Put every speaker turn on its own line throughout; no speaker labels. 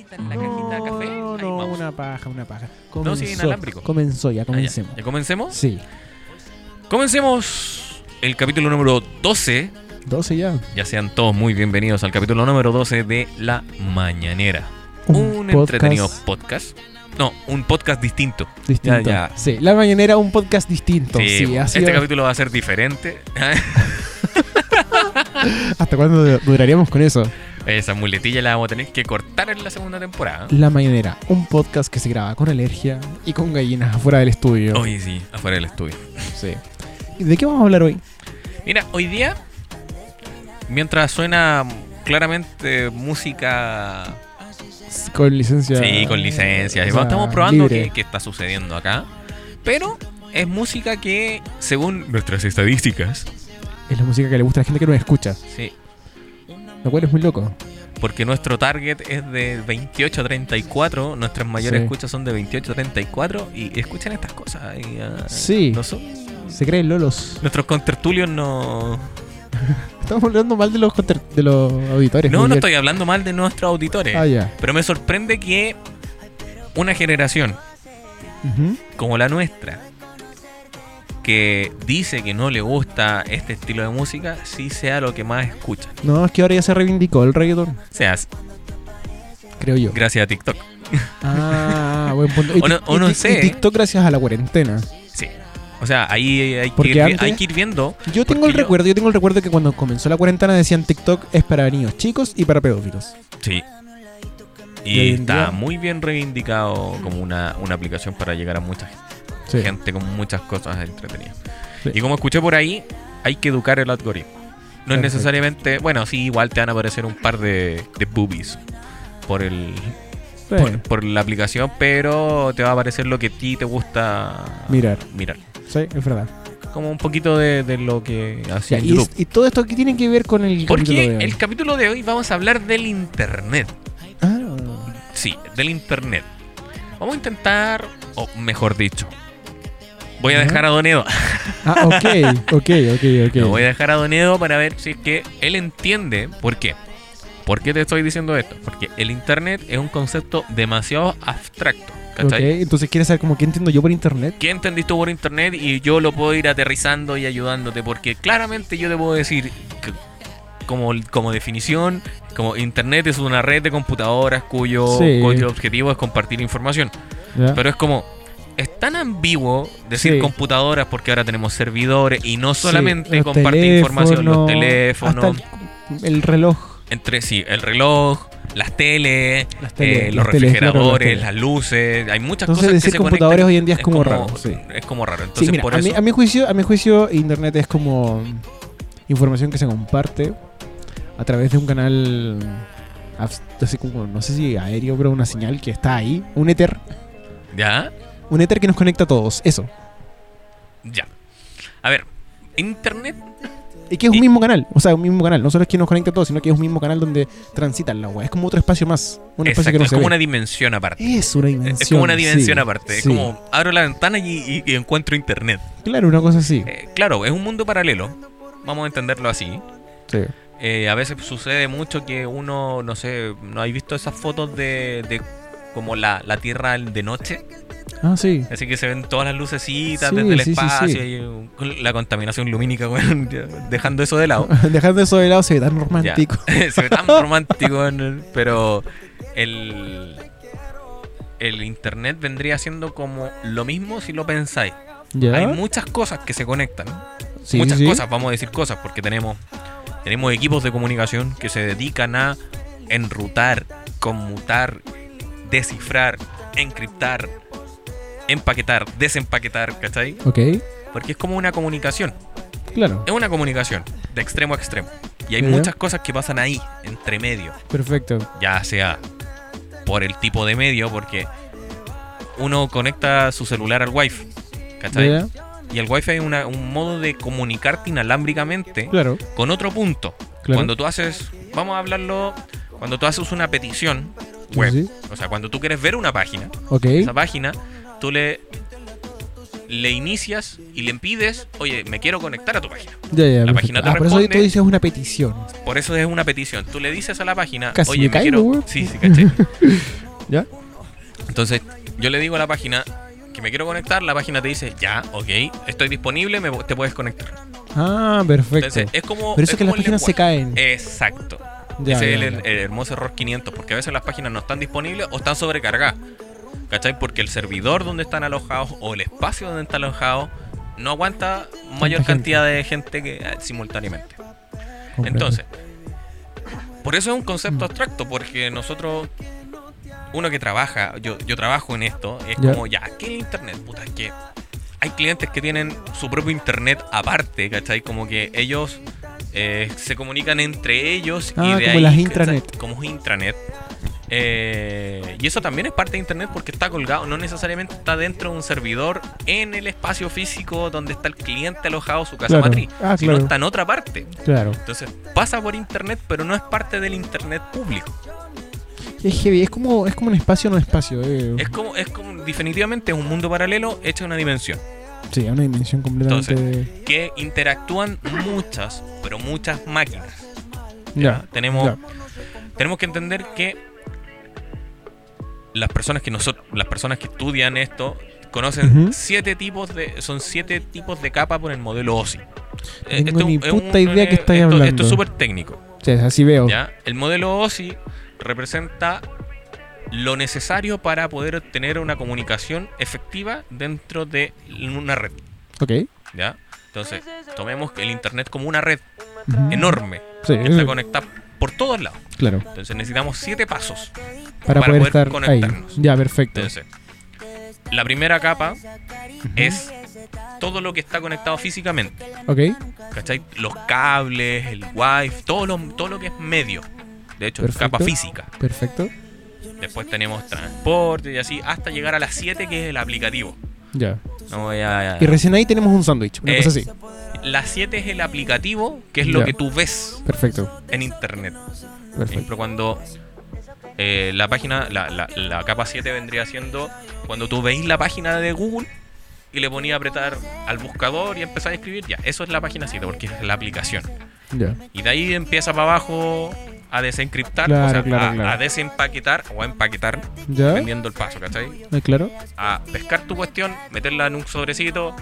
está en la cajita de café.
No,
Ahí
no,
vamos.
una paja, una paja.
No, sí, inalámbrico.
Comenzó, ya
Ah, ya.
comencemos.
¿Ya comencemos?
Sí,
Comencemos el capítulo número 12.
12 ya.
Ya sean todos muy bienvenidos al capítulo número 12 de La Mañanera. Un, entretenido podcast. No, un podcast distinto.
distinto.
Ya, ya.
Sí, la mañanera un podcast distinto. Sí,
Sí,
así
este
es.
capítulo va a ser diferente.
¿Hasta cuándo du- duraríamos con eso?
Esa muletilla la vamos a tener que cortar en la segunda temporada.
La mañanera, un podcast que se graba con alergia y con gallinas afuera del estudio.
Oye, sí, afuera del estudio.
Sí. ¿Y ¿De qué vamos a hablar hoy?
Mira, hoy día, mientras suena claramente música
S- Con licencia.
Sí, con licencias.
o sea,
Estamos probando
libre.
qué, qué está sucediendo acá. Pero es música que, según nuestras estadísticas,
Es la música que le gusta a la gente que nos escucha,
sí,
lo cual es muy loco.
Eh, porque nuestro target es de 28 a 34, nuestras mayores
Sí.
escuchas son de 28 a 34 y escuchan estas cosas. y, ah,
Sí.
no son-
Se creen lolos.
nuestros contertulios no...
Estamos hablando mal de los, conter- de los auditores.
No, no
Javier.
estoy hablando mal de nuestros auditores,
Ah, ya.
pero me sorprende que una generación
Ujú.
como la nuestra, que dice que no le gusta este estilo de música, sí sea lo que más escuchan.
No, es que ahora ya se reivindicó el reggaetón,
O sea,
creo yo.
gracias a TikTok.
Ah, buen punto. Y
O no-
tic-
o
y
no
tic-
sé.
y TikTok gracias a la cuarentena.
Sí. O sea, ahí hay que,
Porque
ir, vi-
antes-
hay que ir viendo.
Yo tengo
Porque
el
yo-
recuerdo, yo tengo el recuerdo que cuando comenzó la cuarentena decían TikTok es para niños chicos y para pedófilos.
Sí.
Y hoy
Y
en
está
día-
muy bien reivindicado como una, una aplicación para llegar a mucha
Sí.
gente con muchas cosas entretenidas.
Sí.
Y como escuché por ahí, hay que educar el algoritmo. No es
Perfecto.
necesariamente, bueno, sí, igual te van a aparecer un par de, de boobies por el, por,
Bueno,
por la aplicación, pero te va a aparecer lo que a ti te gusta
mirar,
mirar.
sí, es verdad.
Como un poquito de, de lo que hacía en
Ya, y,
YouTube.
es- y todo esto que tiene que ver con el capítulo
Porque
de hoy.
el capítulo de hoy vamos a hablar del Internet.
Ah,
Sí, del Internet. Vamos a intentar, o mejor dicho, voy a
Ujú.
dejar a Don Edo.
Ah, ok, ok, ok, ok.
Lo voy a dejar a Don Edo para ver si es que él entiende por qué. ¿Por qué te estoy diciendo esto? Porque el Internet es un concepto demasiado abstracto.
Ok,
¿Cachai?
entonces quieres saber como qué entiendo yo por internet.
¿Qué entendiste por internet? Y yo lo puedo ir aterrizando y ayudándote, porque claramente yo te puedo decir, que, como, como definición, como internet es una red de computadoras cuyo,
Sí. Ah.
cuyo objetivo es compartir información.
¿ya?
Pero es como, es tan ambiguo decir
Sí.
computadoras porque ahora tenemos servidores y no
Sí,
solamente
los
compartir información, los teléfonos,
hasta el, el reloj.
entre sí, el reloj. Las teles,
Las teles,
eh, los
las teles, claro, las
refrigeradores,
teles.
las luces, hay muchas
Entonces
cosas que
decir
se
computadores
conectan.
hoy en día es como, raro. Sí.
Es como raro.
Sí,
Entonces,
mira,
por
a
eso.
mi, a mi juicio, a mi juicio, internet es como información que se comparte a través de un canal, abs- así como, no sé si aéreo, pero una señal que está ahí, un éter,
¿Ya?
un éter que nos conecta a todos, eso.
Ya. A ver, Internet.
Y que es un
Y-
mismo canal, o sea, un mismo canal, no solo es que nos conecta a todos, sino que es un mismo canal donde transitan la web, es como otro espacio más, un espacio
exacto,
que no
es
se
como
ve.
una dimensión aparte.
Es una dimensión.
Es como una dimensión
sí,
aparte. Es
sí.
como abro la ventana y, y- y encuentro Internet.
Claro, una cosa así.
Eh, claro, es un mundo paralelo. Vamos a entenderlo así.
Sí.
Eh, a veces sucede mucho que uno, no sé, ¿no hay visto esas fotos de, de como la, la Tierra de noche?
Ah, sí.
Así que se ven todas las lucecitas
Sí,
desde el
sí, sí, sí.
espacio y eh, con la contaminación lumínica, weón, ya, dejando eso de lado.
Dejando eso de lado se ve tan
Ya.
romántico.
se ve tan romántico, en- pero el, el internet vendría siendo como lo mismo si lo pensáis.
¿Ya?
Hay muchas cosas que se conectan.
Sí,
muchas
sí, sí.
cosas, vamos a decir cosas, porque tenemos, tenemos equipos de comunicación que se dedican a enrutar, conmutar, descifrar, encriptar, empaquetar, desempaquetar, ¿cachai?
Ok,
Porque es como una comunicación
claro.
es una comunicación de extremo a extremo. Y hay
Ya.
muchas cosas que pasan ahí, entre medio.
Perfecto.
Ya sea por el tipo de medio, porque uno conecta su celular al wifi. ¿Cachai?
Ya,
Y el wifi es una- un modo de comunicarte inalámbricamente
Claro,
con otro punto.
claro.
Cuando tú haces, vamos a hablarlo, cuando tú haces una petición
Sí,
web,
sí.
o sea, cuando tú quieres ver una página,
Ok.
esa página, tú le, le inicias y le pides, oye, me quiero conectar a tu página.
Ya, ya,
La
perfecto.
página te
ah, por eso
responde.
tú dices una petición.
Por eso es una petición. Tú le dices a la página,
Casi
oye,
me
me
caigo,
quiero.
weón.
Sí, sí, caché.
¿Ya?
Entonces, yo le digo a la página que me quiero conectar, la página te dice, ya, ok, estoy disponible, me- te puedes conectar.
Ah, perfecto.
Entonces, es como.
Por eso es que las
como el
páginas se
lenguaje.
caen.
Exacto.
Ya,
Ese
ya,
es el, eh,
ya.
el hermoso error 500, porque a veces las páginas no están disponibles o están sobrecargadas. ¿Cachai? Porque el servidor donde están alojados o el espacio donde están alojados no aguanta mayor
gente.
cantidad de gente que eh, simultáneamente.
Comprendo.
Entonces, por eso es un concepto
Mm.
abstracto, porque nosotros, uno que trabaja, yo, yo trabajo en esto, es
Ya.
como, ya, ¿qué es el internet? Puta, es que hay clientes que tienen su propio internet aparte, ¿cachai? Como que ellos eh, se comunican entre ellos
Ah,
y de
como
ahí,
las
¿cachai?
intranet.
Como intranet. Eh, y eso también es parte de internet porque está colgado, no necesariamente está dentro de un servidor en el espacio físico donde está el cliente alojado su casa
Claro.
matriz,
Ah,
sino
claro.
está en otra parte.
Claro.
Entonces pasa por internet, pero no es parte del internet público.
Es heavy, es como, es como un espacio no espacio. eh.
Es como, es como, definitivamente es un mundo paralelo hecho de una dimensión.
Sí, es una dimensión completamente.
Que interactúan muchas, pero muchas máquinas.
ya.
Tenemos,
ya.
tenemos que entender que las personas que nosotros, las personas que estudian esto, conocen
Ujú.
siete tipos de, son siete tipos de capa por el modelo OSI. Eh,
Tengo ni
es es
puta idea que
eh,
estáis
esto- Esto
hablando.
es súper técnico.
Sí, así veo.
¿Ya? El modelo OSI representa lo necesario para poder obtener una comunicación efectiva dentro de una red.
Ok.
¿ya? Entonces, tomemos el Internet como una red
Ujú.
enorme
Sí,
que está
eh,
conectada por todos lados.
claro.
Entonces, necesitamos siete pasos.
Para,
para
poder,
poder
estar ahí.
conectarnos.
Ya, perfecto.
Entonces, la primera capa es todo lo que está conectado físicamente.
Ok.
¿Cachai? Los cables, el wifi, todo lo, todo lo que es medio. De hecho,
Perfecto.
capa física.
Perfecto.
Después tenemos transporte y así, hasta llegar a las 7, que es el aplicativo.
Ya.
No voy a-
Y recién ahí tenemos un sándwich. Una
Ah. Eh,
cosa así.
Las 7 es el aplicativo, que es lo
Ya.
que tú ves
Perfecto.
en internet. Por
Perfecto.
ejemplo, cuando eh, la página, la, la- la capa 7 vendría siendo cuando tú veis la página de Google y le ponía a apretar al buscador y empezar a escribir. Ya, eso es la página 7, porque es la aplicación.
Ya.
Y de ahí empieza para abajo a desencriptar,
Claro,
o sea,
claro,
a,
claro. ¿Ah?
a desempaquetar o a empaquetar,
Ya.
dependiendo el paso, ¿cachai?
¿Me claro?
a pescar tu cuestión, meterla en un sobrecito,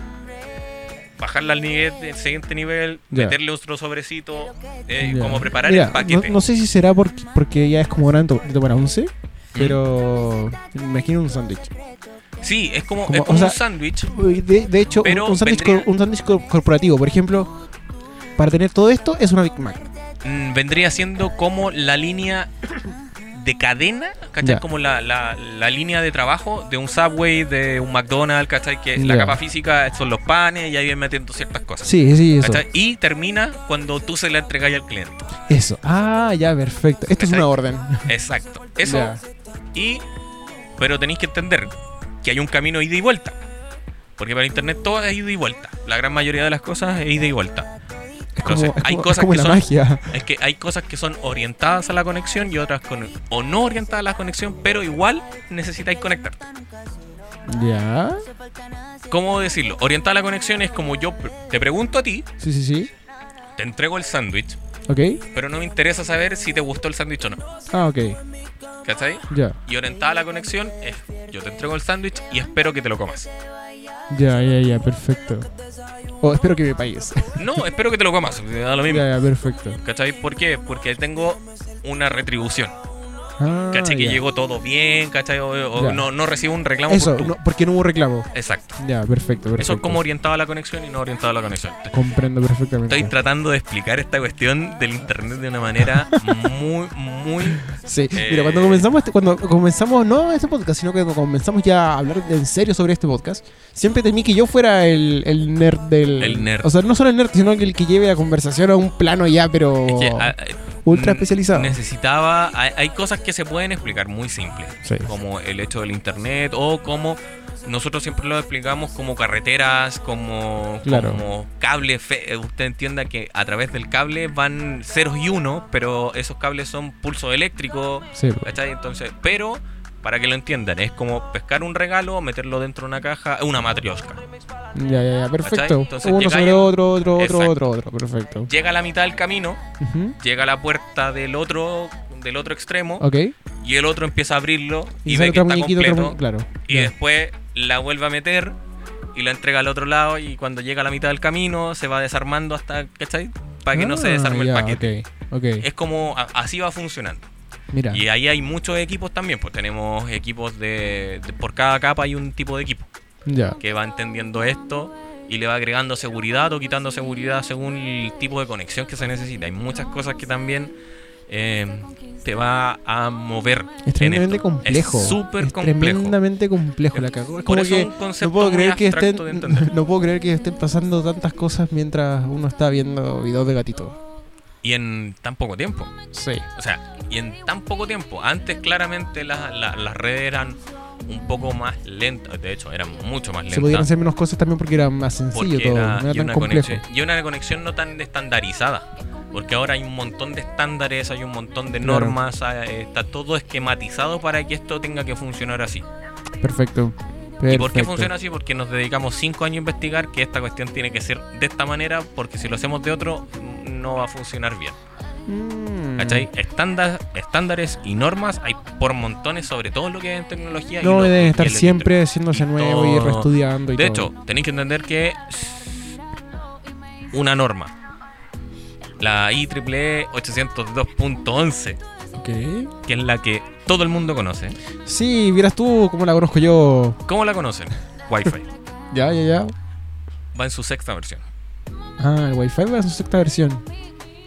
bajarla al nivel del siguiente nivel,
Ya.
meterle otro sobrecito, eh,
Ya.
como preparar
Mira,
el paquete.
No, no sé si será porque, porque ya es como hora de to- de tomar once, pero me imagino un sándwich.
Sí, es como,
como-
es como
o sea,
un sándwich.
Uy, De, de hecho, un-
Pero
un sándwich
vendría-
cor- un sándwich cor- corporativo, por ejemplo, para tener todo esto es una Big Mac.
mm, Vendría siendo como la línea de cadena, ¿cachai?
Ya.
Como la, la- la línea de trabajo de un Subway, de un McDonald's, ¿cachai? Que la
Ya.
capa física son los panes y ahí vienen metiendo ciertas cosas.
Sí, sí, eso.
¿cachai? Y termina cuando tú se la entregas al cliente.
Eso. Ah, ya, perfecto. Esto es
¿Cachai?
una orden.
Exacto. Eso
Ya.
Y, pero tenéis que entender que hay un camino ida y vuelta. Porque para internet todo es ida y vuelta. La gran mayoría de las cosas es ida y vuelta.
Es como,
Entonces,
es
hay
como- es
cosas
como
que
la
son-
magia.
Es que hay cosas que son orientadas a la conexión y otras con- o no orientadas a la conexión, pero igual necesitáis conectarte.
Ya.
¿Cómo decirlo? Orientada a la conexión es como yo pre- te pregunto a ti,
Sí, sí, sí.
te entrego el sándwich,
Ok.
pero no me interesa saber si te gustó el sándwich o no.
Ah, ok.
¿Cachai?
Ya.
Y orientada a la conexión es yo te entrego el sándwich y espero que te lo comas.
Ya, ya, ya, perfecto. Oh, espero que me pagues.
No, espero que te lo comas. me da lo mismo.
ya, ya, perfecto.
¿Cachai? ¿Por qué? Porque tengo una retribución.
Ah,
¿Cachai? que
ya.
llegó todo bien, ¿cachai? O, o
Ya.
no, no recibo un reclamo
Eso,
por tu-
no, porque no hubo reclamo.
Exacto.
Ya, perfecto, perfecto.
Eso es como orientado a la conexión y no orientado a la conexión. Te-
Comprendo perfectamente.
Estoy tratando de explicar esta cuestión del internet de una manera muy, muy.
Sí,
Eh,
mira, cuando comenzamos, este- cuando comenzamos, no este podcast, sino que cuando comenzamos ya a hablar en serio sobre este podcast, siempre temí que yo fuera el, el nerd del.
El nerd.
O sea, no solo el nerd, sino que el que lleve la conversación a un plano ya, pero.
Es que, ah, eh, n-
ultra especializado.
Necesitaba. Hay, hay cosas que se pueden explicar muy simples.
Sí.
Como el hecho del internet o como. Nosotros siempre lo explicamos como carreteras, como,
Claro.
como cables. fe- eh, Usted entienda que a través del cable van ceros y uno, pero esos cables son pulso eléctrico.
Sí,
¿cachai? Entonces, pero Para que lo entiendan, es como pescar un regalo, meterlo dentro de una caja, eh, una matrioshka.
Ya, ya, ya, perfecto.
Entonces
Uno
llega
sobre
y-
otro, otro, otro,
Exacto.
otro, otro, perfecto.
Llega a la mitad del camino,
Ujú,
llega a la puerta del otro del otro extremo
Ok.
y el otro empieza a abrirlo y,
Y,
ve
sale
que
otro
está
muñequito, otro
completo
mu- claro.
y
ya.
después la vuelve a meter y la entrega al otro lado y cuando llega a la mitad del camino se va desarmando hasta, ¿cachai? Para que no se
Ah,
desarme
ya,
el paquete.
Ok, ok.
Es como a- así va funcionando.
Mira.
Y ahí hay muchos equipos también, pues tenemos equipos de, de- por cada capa hay un tipo de equipo
Ya.
que va entendiendo esto y le va agregando seguridad o quitando seguridad según el tipo de conexión que se necesita. Hay muchas cosas que también eh, te va a mover.
Es
en
tremendamente
esto.
complejo.
Es súper
Es
complejo.
Tremendamente complejo la cagó. Es
Por
como
eso
que
un concepto
no puedo
muy
creer que estén
abstracto de entender.
no puedo creer que estén pasando tantas cosas mientras uno está viendo videos de gatito.
Y en tan poco tiempo.
Sí.
O sea, y en tan poco tiempo. Antes claramente la- la- las redes eran un poco más lentas. De hecho, eran mucho más lentas.
Se podían hacer menos cosas también porque era más
porque
sencillo todo,
era-
no
y
era tan
una
complejo.
conexión, y una conexión no tan estandarizada. Porque ahora hay un montón de estándares, hay un montón de
Claro.
normas, ah, eh, está todo esquematizado para que esto tenga que funcionar así. ¿Y
Perfecto.
por qué
perfecto.
funciona así? Porque nos dedicamos cinco años a investigar que esta cuestión tiene que ser de esta manera, porque si lo hacemos de otro, no va a funcionar bien.
Mm.
¿Cachai? Estándar- estándares y normas hay por montones, sobre todo lo que es en tecnología. y
No,
lo- y
deben
en
estar
la
siempre
y
haciéndose nuevo y
todo.
reestudiando y
de
todo.
hecho, tenéis que entender que es una norma. La E IEEE 802.11,
Ok.
que es la que todo el mundo conoce.
Sí, vieras tú cómo la conozco yo.
¿Cómo la conocen? Wi-Fi.
Ya, ya, ya.
Va en su sexta versión.
Ah, el Wi-Fi va a su sexta versión.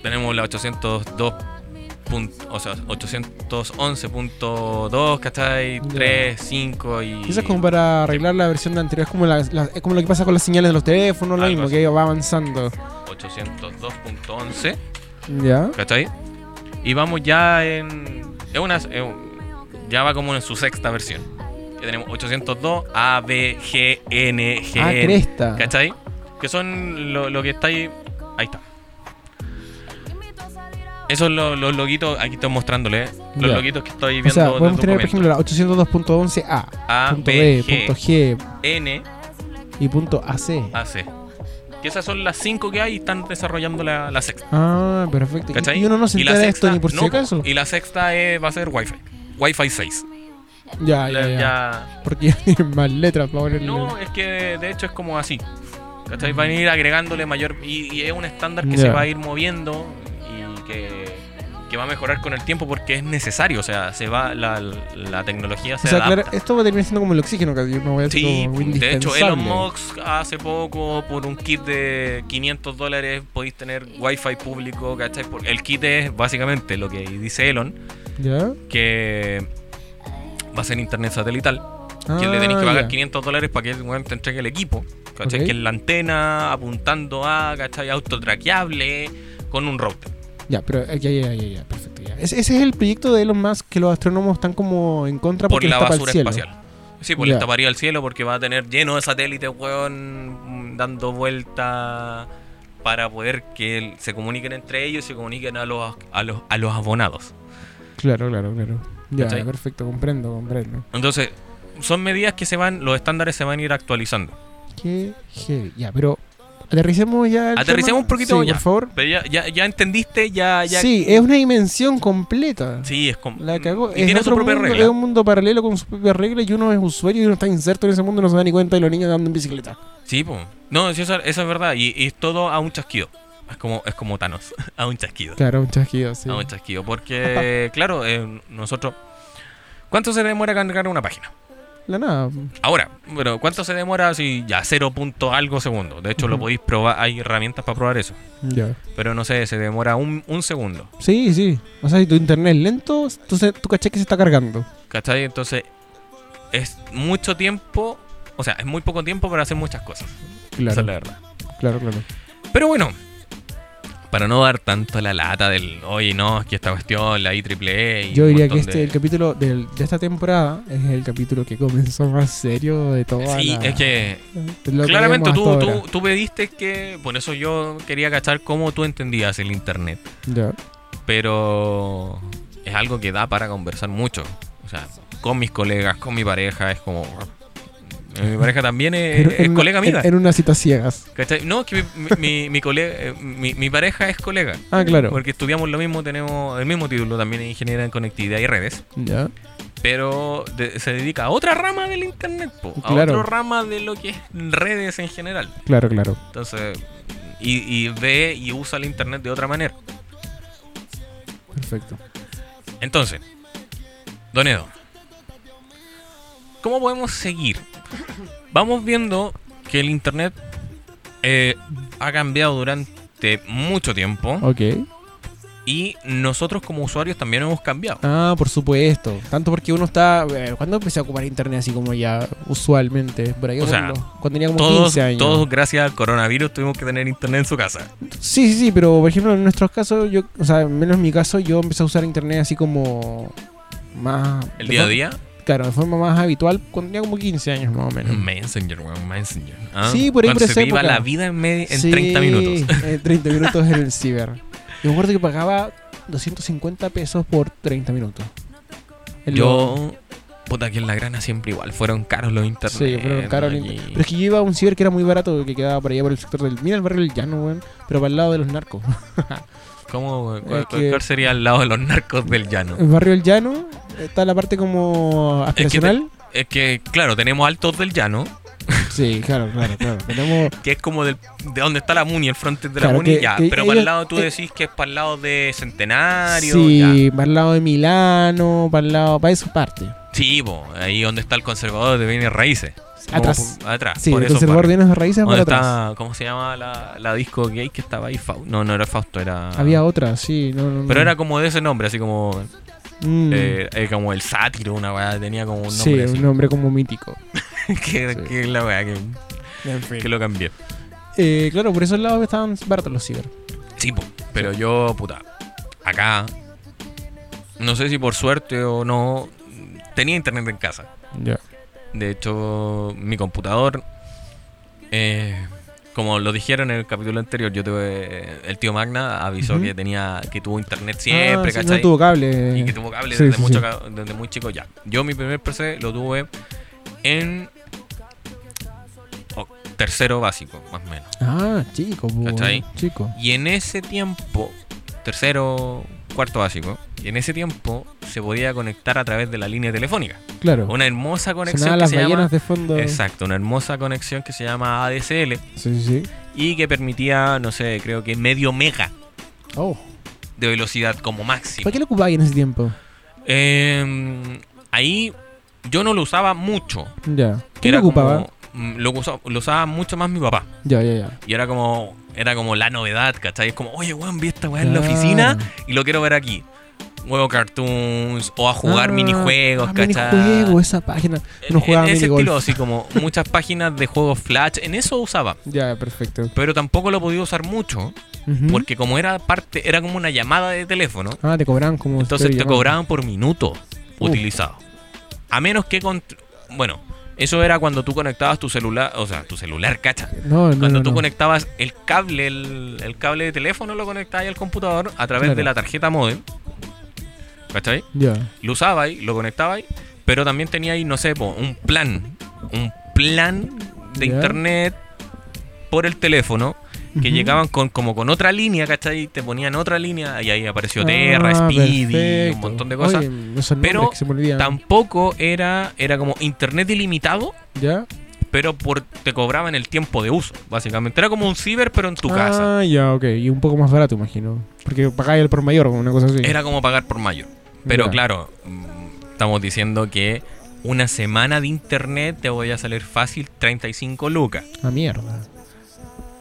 Tenemos la 802. punto- o sea, 811.2, ¿cachai?
Ya.
3, 5 y...
Eso es como para arreglar la versión de anterior. Es como, la- la- es como lo que pasa con las señales de los teléfonos, lo
Algo
mismo,
así.
que va avanzando.
802.11.
Ya.
¿Cachai? Y vamos ya en. Es una. es un- ya va como en su sexta versión. Ya tenemos 802 A, B, G, N, G.
Ah, cresta.
¿Cachai? Que son lo, lo que está ahí. Ahí está. Esos son los, los loguitos. Aquí estoy mostrándole. eh, Los
Ya.
loguitos que estoy
O
viendo.
sea,
de
podemos tener, por
documento.
ejemplo, la 802.11a,
A,
punto
B, G,
B,
Ah.
punto G
N,
y punto AC.
A, C. Que esas son las cinco que hay y están desarrollando la, la sexta.
Ah, perfecto. Y-
¿Cachai?
Y uno no se
la
entera de esto
sexta-
ni por si
no,
acaso.
Y la sexta eh, va a ser Wi-Fi. Wi-Fi 6.
Ya, Ah, ya,
La-
ya.
ya-
Porque ya tienen más letras para ponerle.
No, es que de hecho es como así. ¿Cachai? Van a ir agregándole mayor. Y, y es un estándar que
Ya.
se va a ir moviendo y que, que va a mejorar con el tiempo porque es necesario. O sea, se va la, la tecnología
o
se
sea, claro,
adapta.
esto va a terminar siendo como el oxígeno, que yo me voy a hacer
Sí,
como
de hecho, Elon
indispensable.
Musk hace poco por un kit de 500 dólares podéis tener wifi público, ¿cachai? Porque el kit es básicamente lo que dice Elon,
¿Ya?
que va a ser internet satelital. que le
Ah,
tenéis que pagar
ya.
500 dólares para que el weón te entregue el equipo. ¿Cachai?
Ok.
Que es la antena apuntando a, ¿cachai? Autotraqueable con un router.
Ya, pero eh, ya, ya, ya, ya, perfecto. ya. Ese, ese es el proyecto de Elon Musk que los astrónomos están como en contra
Por
porque
la
les tapa el
basura
cielo.
espacial. Sí, pues
Ya.
le taparía el cielo porque va a tener lleno de satélites, weón, mm, dando vuelta para poder que el- se comuniquen entre ellos y se comuniquen a los, a los, a los abonados.
Claro, claro, claro. Ya,
¿Cachai?
perfecto, comprendo, comprendo.
Entonces, son medidas que se van, los estándares se van a ir actualizando.
Qué heavy. Ya, pero aterricemos ya. el
Aterricemos
tema.
un poquito
Sí,
ya.
por favor.
Pero ya, ya, ya entendiste, ya... ya
Sí, es una dimensión completa.
Sí, es como...
La cagó.
Y
es
tiene su
otro
propia
mundo,
regla.
Es un mundo paralelo con su propia regla y uno es usuario y uno está inserto en ese mundo y no se da ni cuenta y los niños andando en bicicleta.
Sí, po. No, sí, eso, eso es verdad. Y, y es todo a un chasquido. Es como, es como Thanos. a un chasquido.
Claro, un chasquido, sí.
A un chasquido. Porque, claro, eh, nosotros. ¿Cuánto se demora cargar una página?
La nada.
Ahora, pero ¿cuánto se demora si ya 0. punto algo segundo? De hecho, lo
Ujú.
podéis probar. Hay herramientas para probar eso.
Ya.
Pero no sé, se demora un, un segundo.
Sí, sí. O sea, si tu internet es lento, tú, se- tú caché que se está cargando.
¿Cachai? Entonces, es mucho tiempo. O sea, es muy poco tiempo para hacer muchas cosas. Esa es la
Claro,
verdad.
claro, claro.
Pero bueno, para no dar tanto la lata del, oye, no, es que esta cuestión, la IEEE. y
Yo
un
diría que
montón
este
de-
el capítulo del- de esta temporada es el capítulo que comenzó más serio de toda
Sí,
la-
es que
de lo
claramente
vemos
tú,
hasta
tú,
ahora.
tú pediste que. Por eso yo quería cachar cómo tú entendías el internet.
Ya.
eh, Pero es algo que da para conversar mucho. O sea, con mis colegas, con mi pareja, es como... eh, Mi pareja también es,
En-
es
en-
colega mía.
En, en unas citas ciegas.
¿cachai? No, es que mi, mi- mi colega, eh, mi, mi pareja es colega.
Ah, claro.
Porque estudiamos lo mismo, tenemos el mismo título también en ingeniería en conectividad y redes,
Ya.
pero de- se dedica a otra rama del internet, po, a
Claro.
otra rama de lo que es redes en general.
Claro, claro.
Entonces, y, y ve y usa el internet de otra manera.
Perfecto.
Entonces, Don Edo, ¿cómo podemos seguir? Vamos viendo que el internet eh, ha cambiado durante mucho tiempo
Ok.
y nosotros como usuarios también hemos cambiado.
Ah, por supuesto. Tanto porque uno está. eh, ¿Cuándo empecé a ocupar internet así como ya usualmente? Por ahí
O sea,
cuando, cuando tenía como
Todos,
15 años.
todos gracias al coronavirus tuvimos que tener internet en su casa.
Sí, sí, sí, pero por ejemplo en nuestros casos, yo, o sea, menos en mi caso, yo empecé a usar internet así como más...
El
de
día a
for-
día,
Claro, de forma más habitual cuando tenía como 15 años más o menos.
Messenger, weón, Messenger. Ah,
Sí, por ahí
cuando
por
se
esa
te iba
época.
la vida en, medio- en
Sí,
30 minutos.
En 30 minutos en el ciber. Yo me acuerdo que pagaba 250 pesos por 30 minutos. En lo-
Yo, puta, que en la grana siempre igual. Fueron caros los internet.
Sí, fueron caros.
y-
Pero es que yo iba a un ciber que era muy barato, que quedaba por allá por el sector del... Mira el barrio del llano, weón, pero para el lado de los narcos.
¿Cómo, güey? ¿Cuál,
Es que-
cuál sería el lado de los narcos del llano?
El barrio del llano está la parte como
te-
aspiracional.
Es que, claro, tenemos altos del llano,
Sí, claro, claro, claro. Tenemos...
que es como del, de donde está la Muni, el frontis de la
Claro,
Muni,
que-
ya.
que
pero para
ellos-
el lado tú
eh,
decís que es para el lado de Centenario, sí.
Sí, para el lado de Milano, para el lado, para esa parte.
Sí, po, ahí donde está el conservador de bienes raíces. Como
Atrás.
Oh, por- atrás.
Sí,
por
el
esos
conservador de
barrios.
bienes raíces para
Donde
atrás.
está- ¿Cómo se llama la, la disco gay que estaba ahí? Fau- no, no era Fausto, era.
Había otra, sí. No, no, no.
Pero era como de ese nombre, así como
Mm,
eh, eh, como el sátiro, una weá, tenía como un
sí,
nombre así.
un nombre como mítico.
que,
Sí.
que la weá que, que lo cambié.
Eh, claro, por esos lados estaban baratos los ciber.
Sí, po, pero yo, puta, acá, no sé si por suerte o no, tenía internet en casa.
Ya.
De hecho, mi computador, eh, como lo dijeron en el capítulo anterior, yo tuve, el tío Magna avisó
Ujú. Ah,
que tenía, que tuvo internet siempre, ¿cachai?
no tuvo cable.
y que tuvo cable
Sí,
desde,
sí,
mucho
sí.
ca- desde muy chico ya. Yo mi primer PC lo tuve en oh, tercero básico, más o menos.
Ah, chico, po,
¿Cachai?
chico.
Y en ese tiempo, tercero, cuarto básico, y en ese tiempo se podía conectar a través de la línea telefónica.
Claro.
Una hermosa conexión
Sonaban
que
las
se
ballenas
llama...
de fondo.
Exacto, una hermosa conexión que se llama ADSL
Sí, sí, sí.
y que permitía, no sé, creo que medio mega
Oh.
de velocidad como máximo.
¿Para qué lo ocupabas en ese tiempo?
Eh, ahí yo no lo usaba mucho.
Ya. ¿Qué
Era
lo ocupaba?
como- mm, lo, usa- lo usaba mucho más mi papá.
Ya, ya, ya.
Y era como, era como la novedad, ¿cachai? Es como, oye, weón, vi esta weá en la
Claro.
oficina y lo quiero ver aquí. Juego cartoons o a jugar
Ah,
minijuegos,
ah,
¿cachai?
Minijuegos, esa página.
En-
No jugaba
en ese
minigolf.
estilo, así como muchas páginas de juegos Flash, en eso usaba.
Ya, perfecto.
Pero tampoco lo podía usar mucho,
Ujú.
porque como era parte, era como una llamada de teléfono,
Ah, te cobraban como.
entonces te
llamando.
cobraban por minuto
Uh.
utilizado. A menos que con bueno, eso era cuando tú conectabas tu celular, o sea, tu celular, cacha.
No, no.
Cuando
no,
tú
no.
conectabas el cable, el, el cable de teléfono lo conectabas al computador a través
Claro.
de la tarjeta modem. ¿Cachai?
Ya.
Lo usabas ahí, lo conectabas ahí, pero también tenía ahí, no sé, po, un plan. Un plan de
Ya.
internet por el teléfono que
Ujú.
llegaban con como con otra línea, ¿cachai? Te ponían otra línea y ahí apareció
Ah,
Terra, Speedy,
perfecto.
un montón de cosas.
Oye, esos nombres
Pero
que se me olvidan.
Tampoco era, era como internet ilimitado,
¿Ya?
pero por, te cobraban el tiempo de uso, básicamente. Era como un ciber, pero en tu casa.
Ah, ya, ok. Y un poco más barato, imagino. Porque pagáis el por mayor o una cosa así.
Era como pagar por mayo. Pero
Ya.
claro, mm, estamos diciendo que una semana de internet te voy a salir fácil 35 lucas.
Ah, mierda.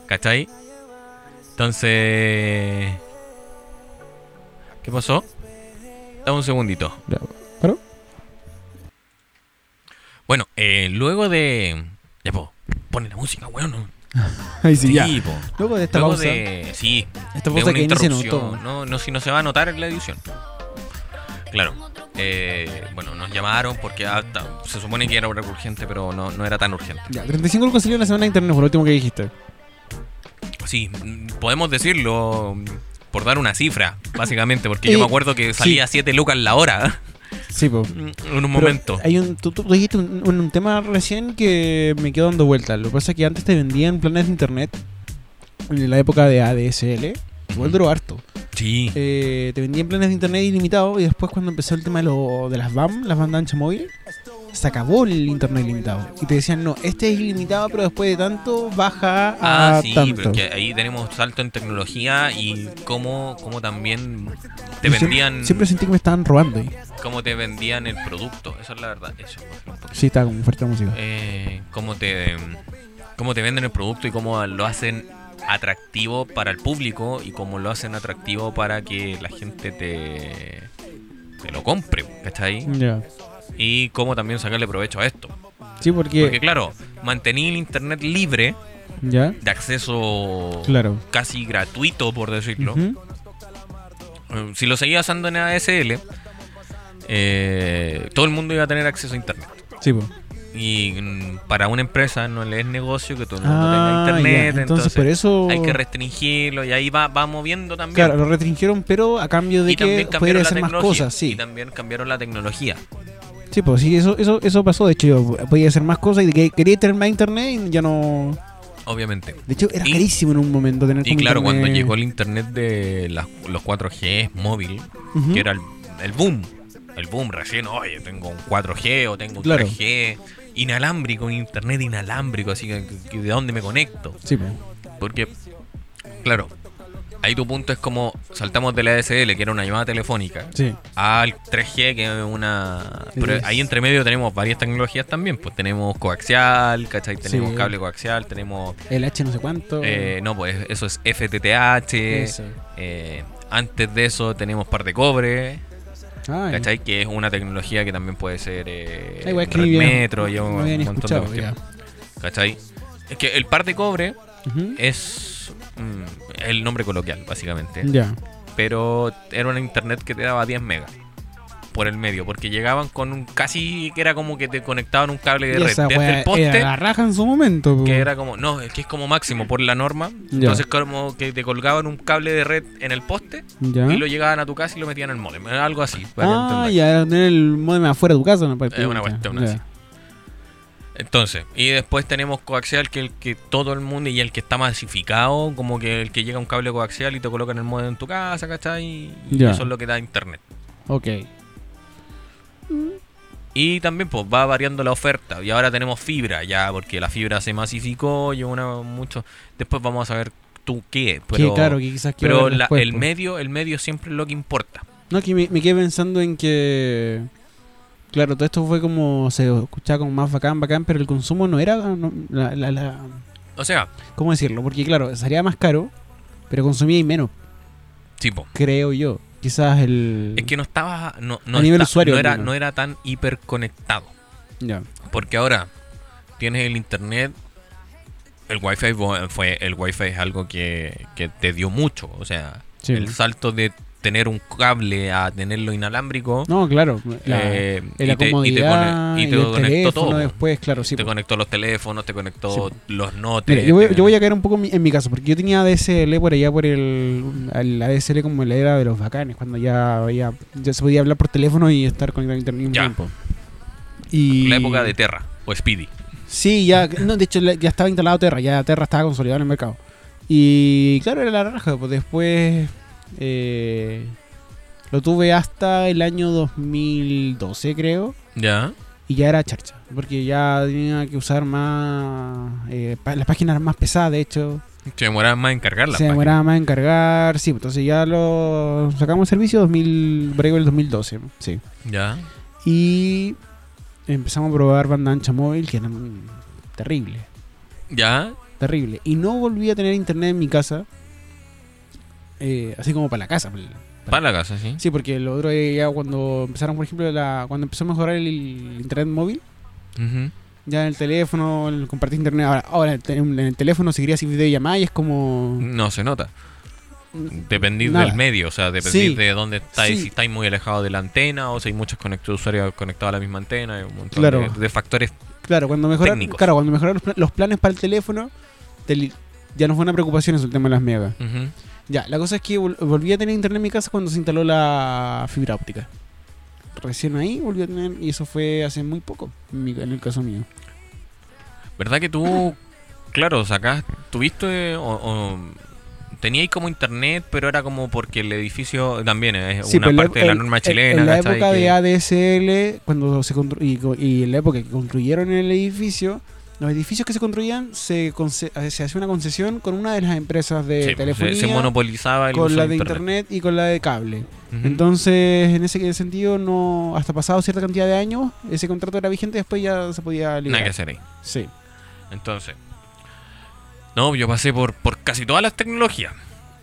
¿Cachai? Entonces... ¿Qué pasó? Dame un segundito.
Ya. ¿Pero?
Bueno, eh, luego de... Ya, po, pone la música, weón. ¿no?
Ahí sí, ya.
po.
Luego de esta
Luego
pausa.
de... Sí,
Esta
de
pausa
una
que ni se
interrupción.
notó.
No, no, si no se va a notar en la edición. Claro. Eh, bueno, nos llamaron porque hasta- se supone que era hora urgente, pero no, no era tan urgente.
Ya, 35 lucas salió en la semana de internet, por lo último que dijiste.
Sí, mm, podemos decirlo mm, por dar una cifra, básicamente, porque yo
Eh,
me acuerdo que salía 7 lucas la hora.
Sí, po.
en un
Pero eh,
momento.
Hay un, tú, tú dijiste un, un- un tema recién que me quedó dando vueltas. Lo que pasa es que antes te vendían planes de internet en la época de ADSL. Igual duró harto.
Sí,
Eh, te vendían planes de internet ilimitado y después cuando empezó el tema de, lo- de las BAM, las bandas ancha móvil, se acabó el internet ilimitado. Y te decían, no, este es ilimitado, pero después de tanto baja a
Ah, sí,
tanto.
pero que ahí tenemos salto en tecnología y cómo, cómo también te
Yo siempre-
vendían
Siempre sentí que me estaban robando. ahí.
cómo te vendían el producto, esa es la verdad, eso. bájale un poco.
Sí, estaba con fuerte música.
Eh, cómo te cómo te venden el producto y cómo lo hacen atractivo para el público y cómo lo hacen atractivo para que la gente te te lo compre, ¿cachai?
Ya.
Y cómo también sacarle provecho a esto.
Sí, porque...
Porque claro, mantení el internet libre
Ya.
de acceso
Claro.
casi gratuito, por decirlo.
Ujú.
Eh, Si lo seguía usando en ADSL, eh, todo el mundo iba a tener acceso a Internet.
Sí, po.
Y mm, para una empresa no le es negocio que todo el mundo
Ah,
tenga
ya.
Internet.
Entonces,
Entonces,
por eso...
hay que restringirlo y ahí va, va moviendo también.
Claro, lo restringieron, pero a cambio de
y
que
también
pudiera
cambiaron la
hacer más
tecnología.
cosas, sí.
Y también cambiaron la tecnología.
Sí, pues sí, eso, eso, eso pasó. De hecho, yo podía hacer más cosas y de que quería tener más internet y ya no.
Obviamente.
De hecho, era
Y-
carísimo en un momento tener
Y claro, cuando llegó el internet de las- los 4G móvil, que era el, el boom. El boom recién, oye, tengo un 4G o tengo un
Claro.
3G inalámbrico, un internet inalámbrico, así que, que- que de dónde me conecto.
Sí, pues.
Porque, claro, ahí tu punto es como saltamos de la ADSL, que era una llamada telefónica,
Sí.
al 3G, que es una... Pero
Es-
ahí entre medio tenemos varias tecnologías también, pues tenemos coaxial, ¿cachai? Tenemos
Sí.
cable coaxial, tenemos...
El H no sé cuánto.
eh, no, pues eso es FTTH.
eso.
eh, antes de eso tenemos par de cobre,
Ay,
¿Cachai? Que es una tecnología que también puede ser eh,
ah, igual que
red
ni bien-
metro y un
no había ni
montón de
escuchado.
cuestiones.
ya.
¿Cachai? Es que el par de cobre
Ujú.
Eh, es mm, el nombre coloquial, básicamente.
Ya.
Pero era una internet que te daba 10 megas por el medio, porque llegaban con un casi que era como que te conectaban un cable de
Y
red
esa
desde
wea
el poste.
era la raja en su momento. pues. po.
Que era como, no, es que es como máximo por la norma.
Ya.
Entonces, como que te colgaban un cable de red en el poste
Ya.
y lo llegaban a tu casa y lo metían al modem. Era Algo así. para que
Ah,
entendáis.
ya era tener el modem afuera de tu casa. ¿no? Para-
Es una cuestión
Ya.
así. Entonces, y después tenemos coaxial, que el que todo el mundo y el que está masificado, como que el que llega un cable coaxial y te colocan el modem en tu casa, ¿cachai? Y
Ya.
eso es lo que da internet.
Ok.
Y también pues va variando la oferta. Y ahora tenemos fibra, ya, porque la fibra se masificó y una mucho. Después vamos a ver tú qué. Pero,
que claro, que quizás quiero
pero
ver
la-
después, pues.
el
po.
medio, el medio siempre es lo que importa.
No, que me, me quedé pensando en que. Claro, todo esto fue como. Se escuchaba como más bacán, bacán, pero el consumo no era. no, la- la- la-
O sea,
¿Cómo decirlo? Porque, claro, salía más caro, pero consumía y menos,
tipo,
creo yo. Quizás el.
es que no estaba, no, no,
A nivel
está-
usuario,
no
al
era,
menos.
no era tan hiperconectado.
Ya.
Porque ahora tienes el internet. El wifi vo- fue. El wifi es algo que, que te dio mucho. O sea,
Sí.
el salto de tener un cable a tenerlo inalámbrico.
No, claro. La,
eh,
y la
y te- y te
comodidad.
cone-
Y
y te
el
conectó
teléfono
todo, po.
después, claro, sí. pues.
te
po.
conectó los teléfonos, te conectó
Sí,
los notes. eh,
Mira, yo voy,
te-
yo voy a caer un poco mi- en mi caso, porque yo tenía ADSL por allá, por el, el ADSL como la era de los bacanes, cuando ya, había- ya se podía hablar por teléfono y estar conectado a internet un
Ya.
tiempo. Y...
La época de Terra o Speedy.
Sí, ya, no, de hecho la- ya estaba instalado Terra, ya Terra estaba consolidado en el mercado. Y claro, era la raja, pues después eh, lo tuve hasta el año 2012, creo,
Ya.
y ya era charcha, porque ya tenía que usar más, eh, pa- las páginas eran más pesadas, de hecho.
Se demoraba más en cargarla.
Se demoraba más en cargar, sí, entonces ya lo sacamos de servicio 2000, breve el 2012, sí.
Ya.
Y empezamos a probar banda ancha móvil, que era mm, terrible,
Ya.
terrible. Y no volví a tener internet en mi casa, eh, así como para la casa. para el-
Para la casa, sí.
Sí, porque lo otro eh, ya cuando empezaron, por ejemplo, la, cuando empezó a mejorar el, internet móvil,
Ujú.
ya en el teléfono, el compartir internet, ahora, ahora en el te- en el teléfono seguiría así videollamada y es como...
No se nota. Dependís
Nada.
del medio, o sea, dependís
Sí,
de dónde estáis,
sí.
si estáis muy alejados de la antena o si hay muchos conect- usuarios conectados a la misma antena, hay un montón
Claro.
de, de factores.
Claro, cuando mejoraron,
Técnicos.
claro, cuando mejoraron los, pla- los planes para el teléfono, te li- ya no fue una preocupación eso el tema de las megas.
Ujú.
Ya, la cosa es que vol- volví a tener internet en mi casa cuando se instaló la fibra óptica. recién ahí volvió a tener, y eso fue hace muy poco, en, mi- en el caso mío.
¿Verdad que tú, claro, sacás, tuviste o, o teníais como internet, pero era como porque el edificio también es
Sí,
una
pues, en la-
parte de la
en-
norma
en-
chilena,
En la
¿cachai?
época
Que-
de ADSL, cuando se constru- y, co- y en la época que construyeron el edificio, los edificios que se construían se, conce- eh, se hacía una concesión con una de las empresas de
sí, pues, se-
telefonía,
se, monopolizaba el
con
uso
la
de
de internet. y con la de cable.
Ujú.
Entonces, en ese sentido, no hasta pasado cierta cantidad de años, ese contrato era vigente y después ya se podía
Nada que
liberar.
hacer ahí.
Sí.
Entonces, no, yo pasé por, por casi todas las tecnologías.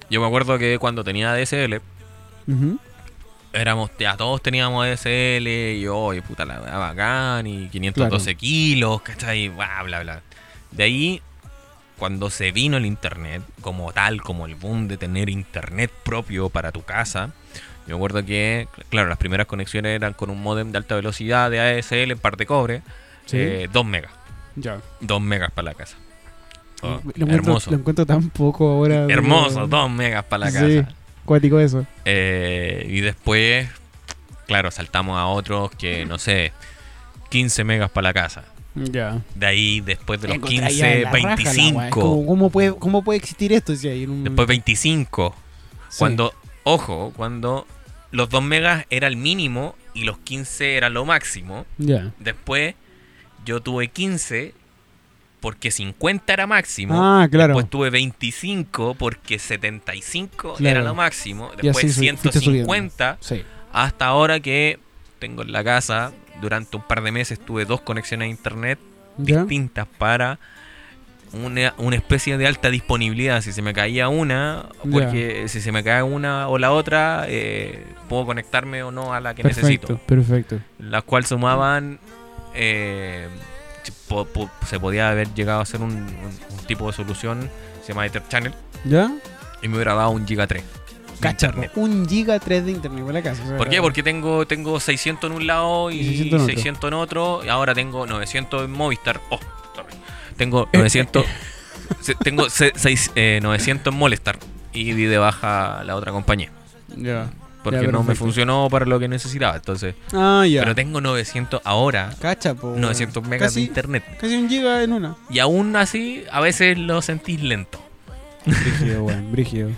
Yo me acuerdo que cuando tenía DSL,
Ujú.
éramos, ya todos teníamos DSL y oye, puta la weá bacán y 512
Claro.
kilos, ¿cachai? Bla, bla, bla. De ahí, cuando se vino el internet, como tal, como el boom de tener internet propio para tu casa, yo me acuerdo que, claro, las primeras conexiones eran con un modem de alta velocidad de ADSL en parte cobre,
Sí.
2 megas,
Ya.
2 megas para la casa. Oh,
lo, encuentro,
hermoso.
lo encuentro tan poco ahora. pero-
Hermoso, 2 megas para la
Sí.
casa.
Cuático eso.
Eh, y después, claro, saltamos a otros que, no sé, 15 megas para la casa.
Ya.
De ahí, después de los
Encontré ahí
15,
a la raja la weá.
25.
¿Cómo, cómo puede, ¿Cómo puede existir esto? Si hay en un-
Después 25.
Sí.
Cuando, ojo, cuando los 2 megas era el mínimo y los 15 era lo máximo.
Ya.
Después yo tuve 15 porque 50 era máximo.
Ah, claro.
Después tuve 25 porque 75
Claro.
era lo máximo.
Y así
Después
su- fuiste subiendo.
150
Sí.
hasta ahora que tengo en la casa. Durante un par de meses tuve dos conexiones a internet
Ya.
distintas para una, una especie de alta disponibilidad. Si se me caía una,
Ya.
porque si se me cae una o la otra, eh, puedo conectarme o no a la que necesito.
Perfecto, perfecto.
Las cuales sumaban. eh, si po- po- se podía haber llegado a hacer un, un- un tipo de solución, se llama Ether Channel,
¿Ya?
y me hubiera dado un Giga 3.
Cacharro. Un giga 3 de internet para la casa. o sea,
¿Por qué? Porque tengo, tengo 600 en un lado y,
Y 600 en otro.
600 en otro. Y ahora tengo 900 en Movistar. Oh, sorry. Tengo 900, se- tengo se- seis- eh, 900 en Molestar. Y di de baja la otra compañía.
Ya.
Porque
Ya,
no me
perfecto.
funcionó para lo que necesitaba. Entonces,
Ah, ya.
pero tengo 900 ahora.
Cacha, po.
900 megas de
Casi-
internet.
Casi un giga en una.
Y aún así, a veces lo sentís lento.
Brígido, weón. Brígido.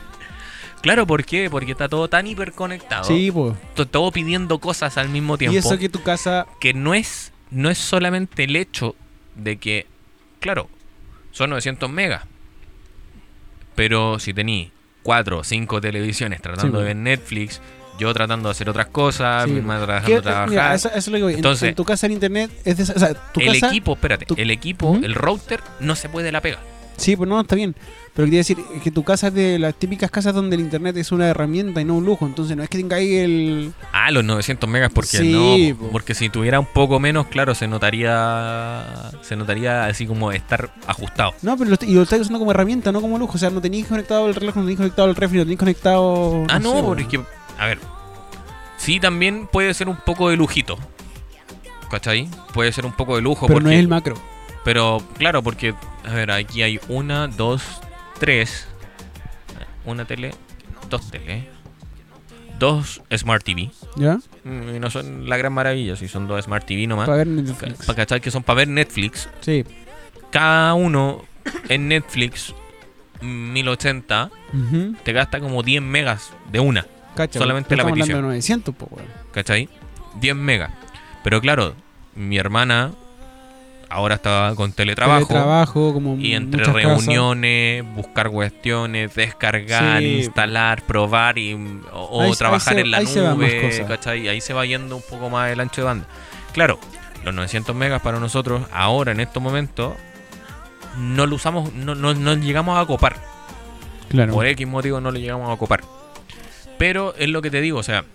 Claro, ¿por qué? Porque está todo tan hiperconectado.
Sí, po.
to- Todo pidiendo cosas al mismo Ah, tiempo.
Y eso que tu casa.
que no es, no es solamente el hecho de que, claro, son 900 megas, pero si tení 4 o 5 televisiones tratando
Sí,
de ver Netflix, yo tratando de hacer otras cosas,
Sí,
Ah, mi hermana tratando
¿Qué-
de trabajar.
mira, eso, eso es lo que voy. En-
Entonces-
en, tu casa el internet es de esa- O sea, tu
el
casa.
equipo, espérate,
tu-
el equipo,
Ujú.
el router no se puede la pega.
Sí, pues no, está bien. Pero quería decir es que tu casa es de las típicas casas donde el internet es una herramienta y no un lujo. Entonces no es que tenga ahí el.
Ah, los 900 megas porque
Sí,
no,
po.
porque si tuviera un poco menos, claro, se notaría se notaría así como estar ajustado.
No, pero lo, est- y lo estás usando como herramienta, no como lujo. O sea, no tenías conectado el reloj, no tenías conectado el refri, no tenías conectado.
Ah, no,
sé,
porque
weón.
a ver. Sí, también puede ser un poco de lujito. ¿Cachai? Puede ser un poco de lujo.
Pero
porque,
no es el macro.
pero claro, porque, a ver, aquí hay una, dos, tres. Una tele, dos tele. Dos Smart TV.
¿Ya?
Mm, Y no son la gran maravilla, si son dos Smart TV nomás.
Para ver
Para
Netflix.
cachar que son para ver Netflix.
Sí.
Cada uno en Netflix 1080
Ujú.
te gasta como 10 megas de una.
Cacha,
Solamente
pero
la
estamos
petición.
hablando de 900, po, weón.
¿cachai? 10 megas. Pero claro, mi hermana ahora está con teletrabajo.
Teletrabajo, como
Y entre
muchas casas.
reuniones, buscar cuestiones, descargar,
Sí.
instalar, probar y, o, o
Ahí- ahí
trabajar
se-
en la
ahí se van más
nube,
cosas.
¿cachai? Ahí se va yendo un poco más el ancho de banda. Claro, los 900 megas para nosotros ahora en estos momentos no lo usamos, no, no, no llegamos a copar.
Claro.
Por X motivo no lo llegamos a copar. Pero es lo que te digo, o sea,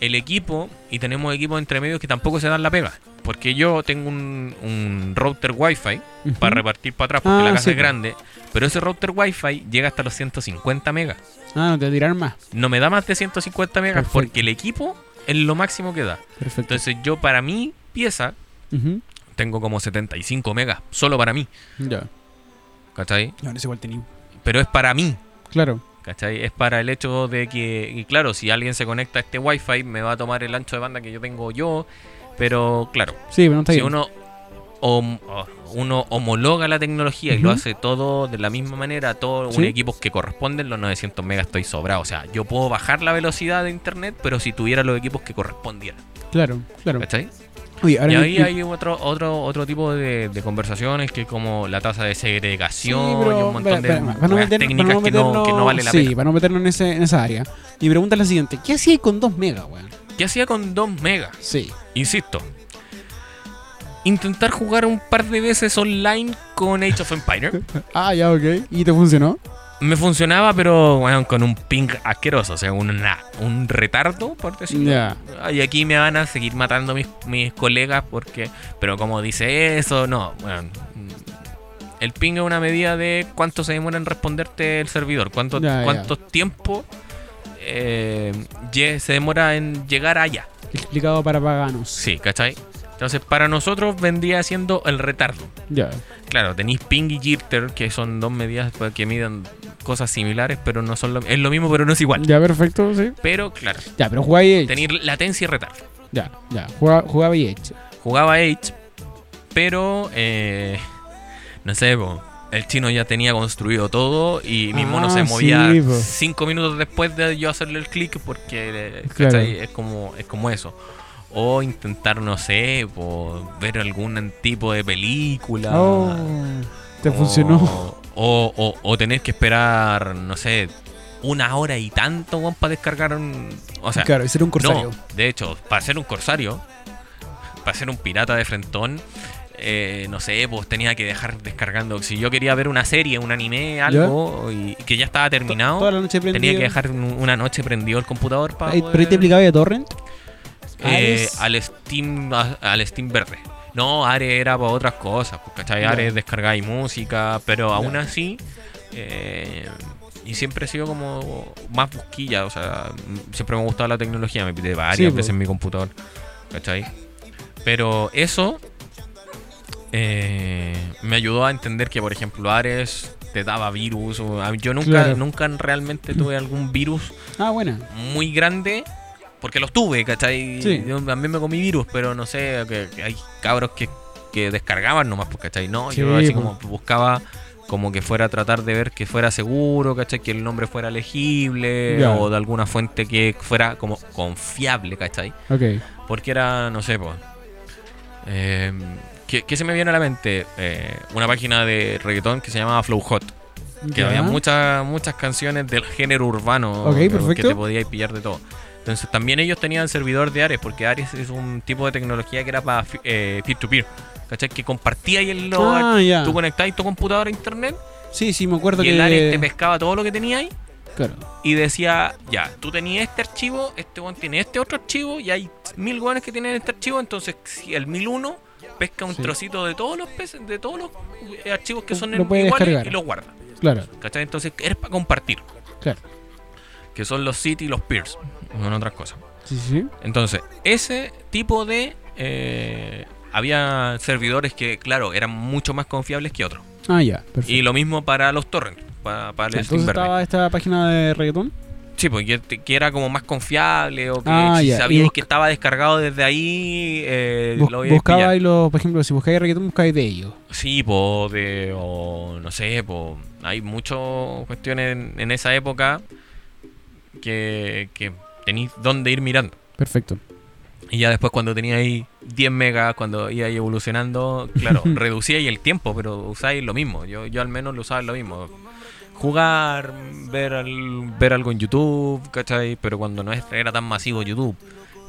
el equipo, y tenemos equipos entre medios que tampoco se dan la pega. Porque yo tengo un, un router Wi-Fi
Ujú.
para repartir para atrás, porque
Ah,
la casa
sí,
es
po.
grande. Pero ese router Wi-Fi llega hasta los 150 megas.
Ah, no te tiraron más.
No me da más de 150 megas
Perfecto.
porque el equipo es lo máximo que da.
Perfecto.
Entonces yo para mi pieza
Ujú.
tengo como 75 megas, solo para mí.
Ya.
¿Cachai?
No, no es igual tenía.
Pero es para mí.
Claro.
¿Cachai? Es para el hecho de que, y claro, si alguien se conecta a este wifi me va a tomar el ancho de banda que yo tengo yo, pero claro,
Sí, pero no está
si
bien.
uno, hom- oh, uno homologa la tecnología y lo
Ujú.
hace todo de la misma manera, todos
Sí.
los equipos que corresponden, los 900 megas estoy sobrado. O sea, yo puedo bajar la velocidad de internet, pero si tuviera los equipos que correspondieran.
Claro, claro.
¿Cachai?
Oye, ahora
y
mi-
ahí
mi-
hay otro, otro, otro tipo de, de conversaciones que como la tasa de
Sí,
segregación y
pero
un montón
espera,
de
espera, para no
weas
meter-
técnicas
para no
que, no, que no
meternos-
vale la
sí,
pena.
para no meternos en, ese- en esa área. Mi pregunta es la siguiente. ¿Qué hacía con 2 megas, weón?
¿Qué hacía con 2 megas?
Sí.
Insisto. Intentar jugar un par de veces online con Age of Empire.
Ah, ya, ok. ¿Y te funcionó?
Me funcionaba, pero weón, con un ping asqueroso, o sea, una- un retardo, por decirlo.
Ya.
Ah, Y aquí me van a seguir matando mis, mis colegas porque... Pero como dice eso, no. weón. mm, el ping es una medida de cuánto se demora en responderte el servidor, cuánto,
Ya, ya.
cuánto tiempo eh, lle- se demora en llegar allá.
Explicado para paganos.
Sí, ¿cachai? Entonces para nosotros vendría siendo el retardo.
Ya.
Claro, tenéis ping y jitter, que son dos medidas pues, que miden cosas similares, pero no son lo, es lo mismo, pero no es igual.
Ya, perfecto, sí.
Pero claro,
Ya, pero jugaba Edge.
tener latencia y retardo.
Ya, ya. Jugaba, jugaba Edge.
Jugaba Age, pero eh, no sé, po, el chino ya tenía construido todo y mi mono
Ah,
se movía
sí, po.
cinco minutos después de yo hacerle el clic porque eh,
Claro.
¿cachai? es como es como eso. O intentar, no sé, po, ver algún tipo de película.
Oh, te
O- Oh.
funcionó.
O, o, o tener que esperar, no sé, una hora y tanto, weón, para descargar un. O sea,
claro, ese era un corsario.
no, de hecho, para ser un corsario, para ser un pirata de frentón, eh, no sé, pues tenía que dejar descargando. Si yo quería ver una serie, un anime, algo, y y que ya estaba terminado.
Toda la noche
Tenía
prendido.
que dejar un- una noche prendido el computador para.
Ahí- ¿Pero ahí te aplicaba de Torrent? Ah,
Eh,
Ares.
al Steam a- al Steam verde. No, Ares era para otras cosas, pues, ¿cachai?
Ya.
Ares descargáis música, pero aún
Ya.
así. eh, y siempre he sido como más busquilla, o sea, m- siempre me ha gustado la tecnología, me pide varias
Sí, pues. po.
veces en mi computador, ¿cachai? Pero eso eh, me ayudó a entender que, por ejemplo, Ares te daba virus. o- a- yo nunca,
Claro.
nunca realmente tuve algún virus
Ah, buena.
muy grande. Porque los tuve, ¿cachai?
Sí.
Yo también me comí virus, pero no sé, que, que hay cabros que, que descargaban nomás, pues, ¿cachai? No,
Sí,
yo así
po.
como buscaba como que fuera a tratar de ver que fuera seguro, ¿cachai? Que el nombre fuera legible
Ya.
o de alguna fuente que fuera como confiable, ¿cachai?
Ok.
Porque era, no sé, pues... eh, ¿qué, qué se me viene a la mente? Eh, una página de reggaetón que se llamaba Flow Hot. Que
Ya.
había muchas muchas canciones del género urbano
Ok,
que- que
perfecto.
te podías pillar de todo. Entonces también ellos tenían servidor de Ares, porque Ares es un tipo de tecnología que era para fi- eh, peer-to-peer. ¿Cachai? Que compartía y el
Ah, ya.
Tú conectabas tu computadora a internet
Sí, sí, me acuerdo
y
que.
el Ares te pescaba todo lo que tenías ahí
Claro.
y decía, ya, tú tenías este archivo, este one tiene este otro archivo y hay mil guanes que tienen este archivo, entonces si el 1001 pesca un
Sí.
trocito de todos los peces, de todos los eh, archivos que son
Lo
en-
puede
iguales
descargar.
y los guarda.
Claro,
¿Cachai? Entonces eres para compartir.
claro.
que son los City y los Peers, son otras cosas.
Sí, sí, sí.
Entonces, ese tipo de... eh, había servidores que, claro, eran mucho más confiables que otros.
Ah, ya, perfecto.
Y lo mismo para los torrents, para, para el Steam
Entonces
verde.
estaba esta página de reggaetón.
Sí, porque te- que era como más confiable o que
Ah,
si
ya. Y
sabías
bus-
que estaba descargado desde ahí, eh,
Bus-
lo ibas a
buscaba
pillar.
ahí los, por ejemplo, si buscáis reggaetón, buscáis de ellos.
Sí, po, de, o no sé, po, hay muchas cuestiones en, en esa época que, que tenéis dónde ir mirando.
Perfecto.
Y ya después cuando tenía ahí 10 megas, cuando iba ahí evolucionando, claro, reducía ahí el tiempo, pero usáis lo mismo. Yo, yo al menos lo usaba en lo mismo. Jugar, ver, al- ver algo en YouTube, ¿cachai? Pero cuando no es- era tan masivo YouTube,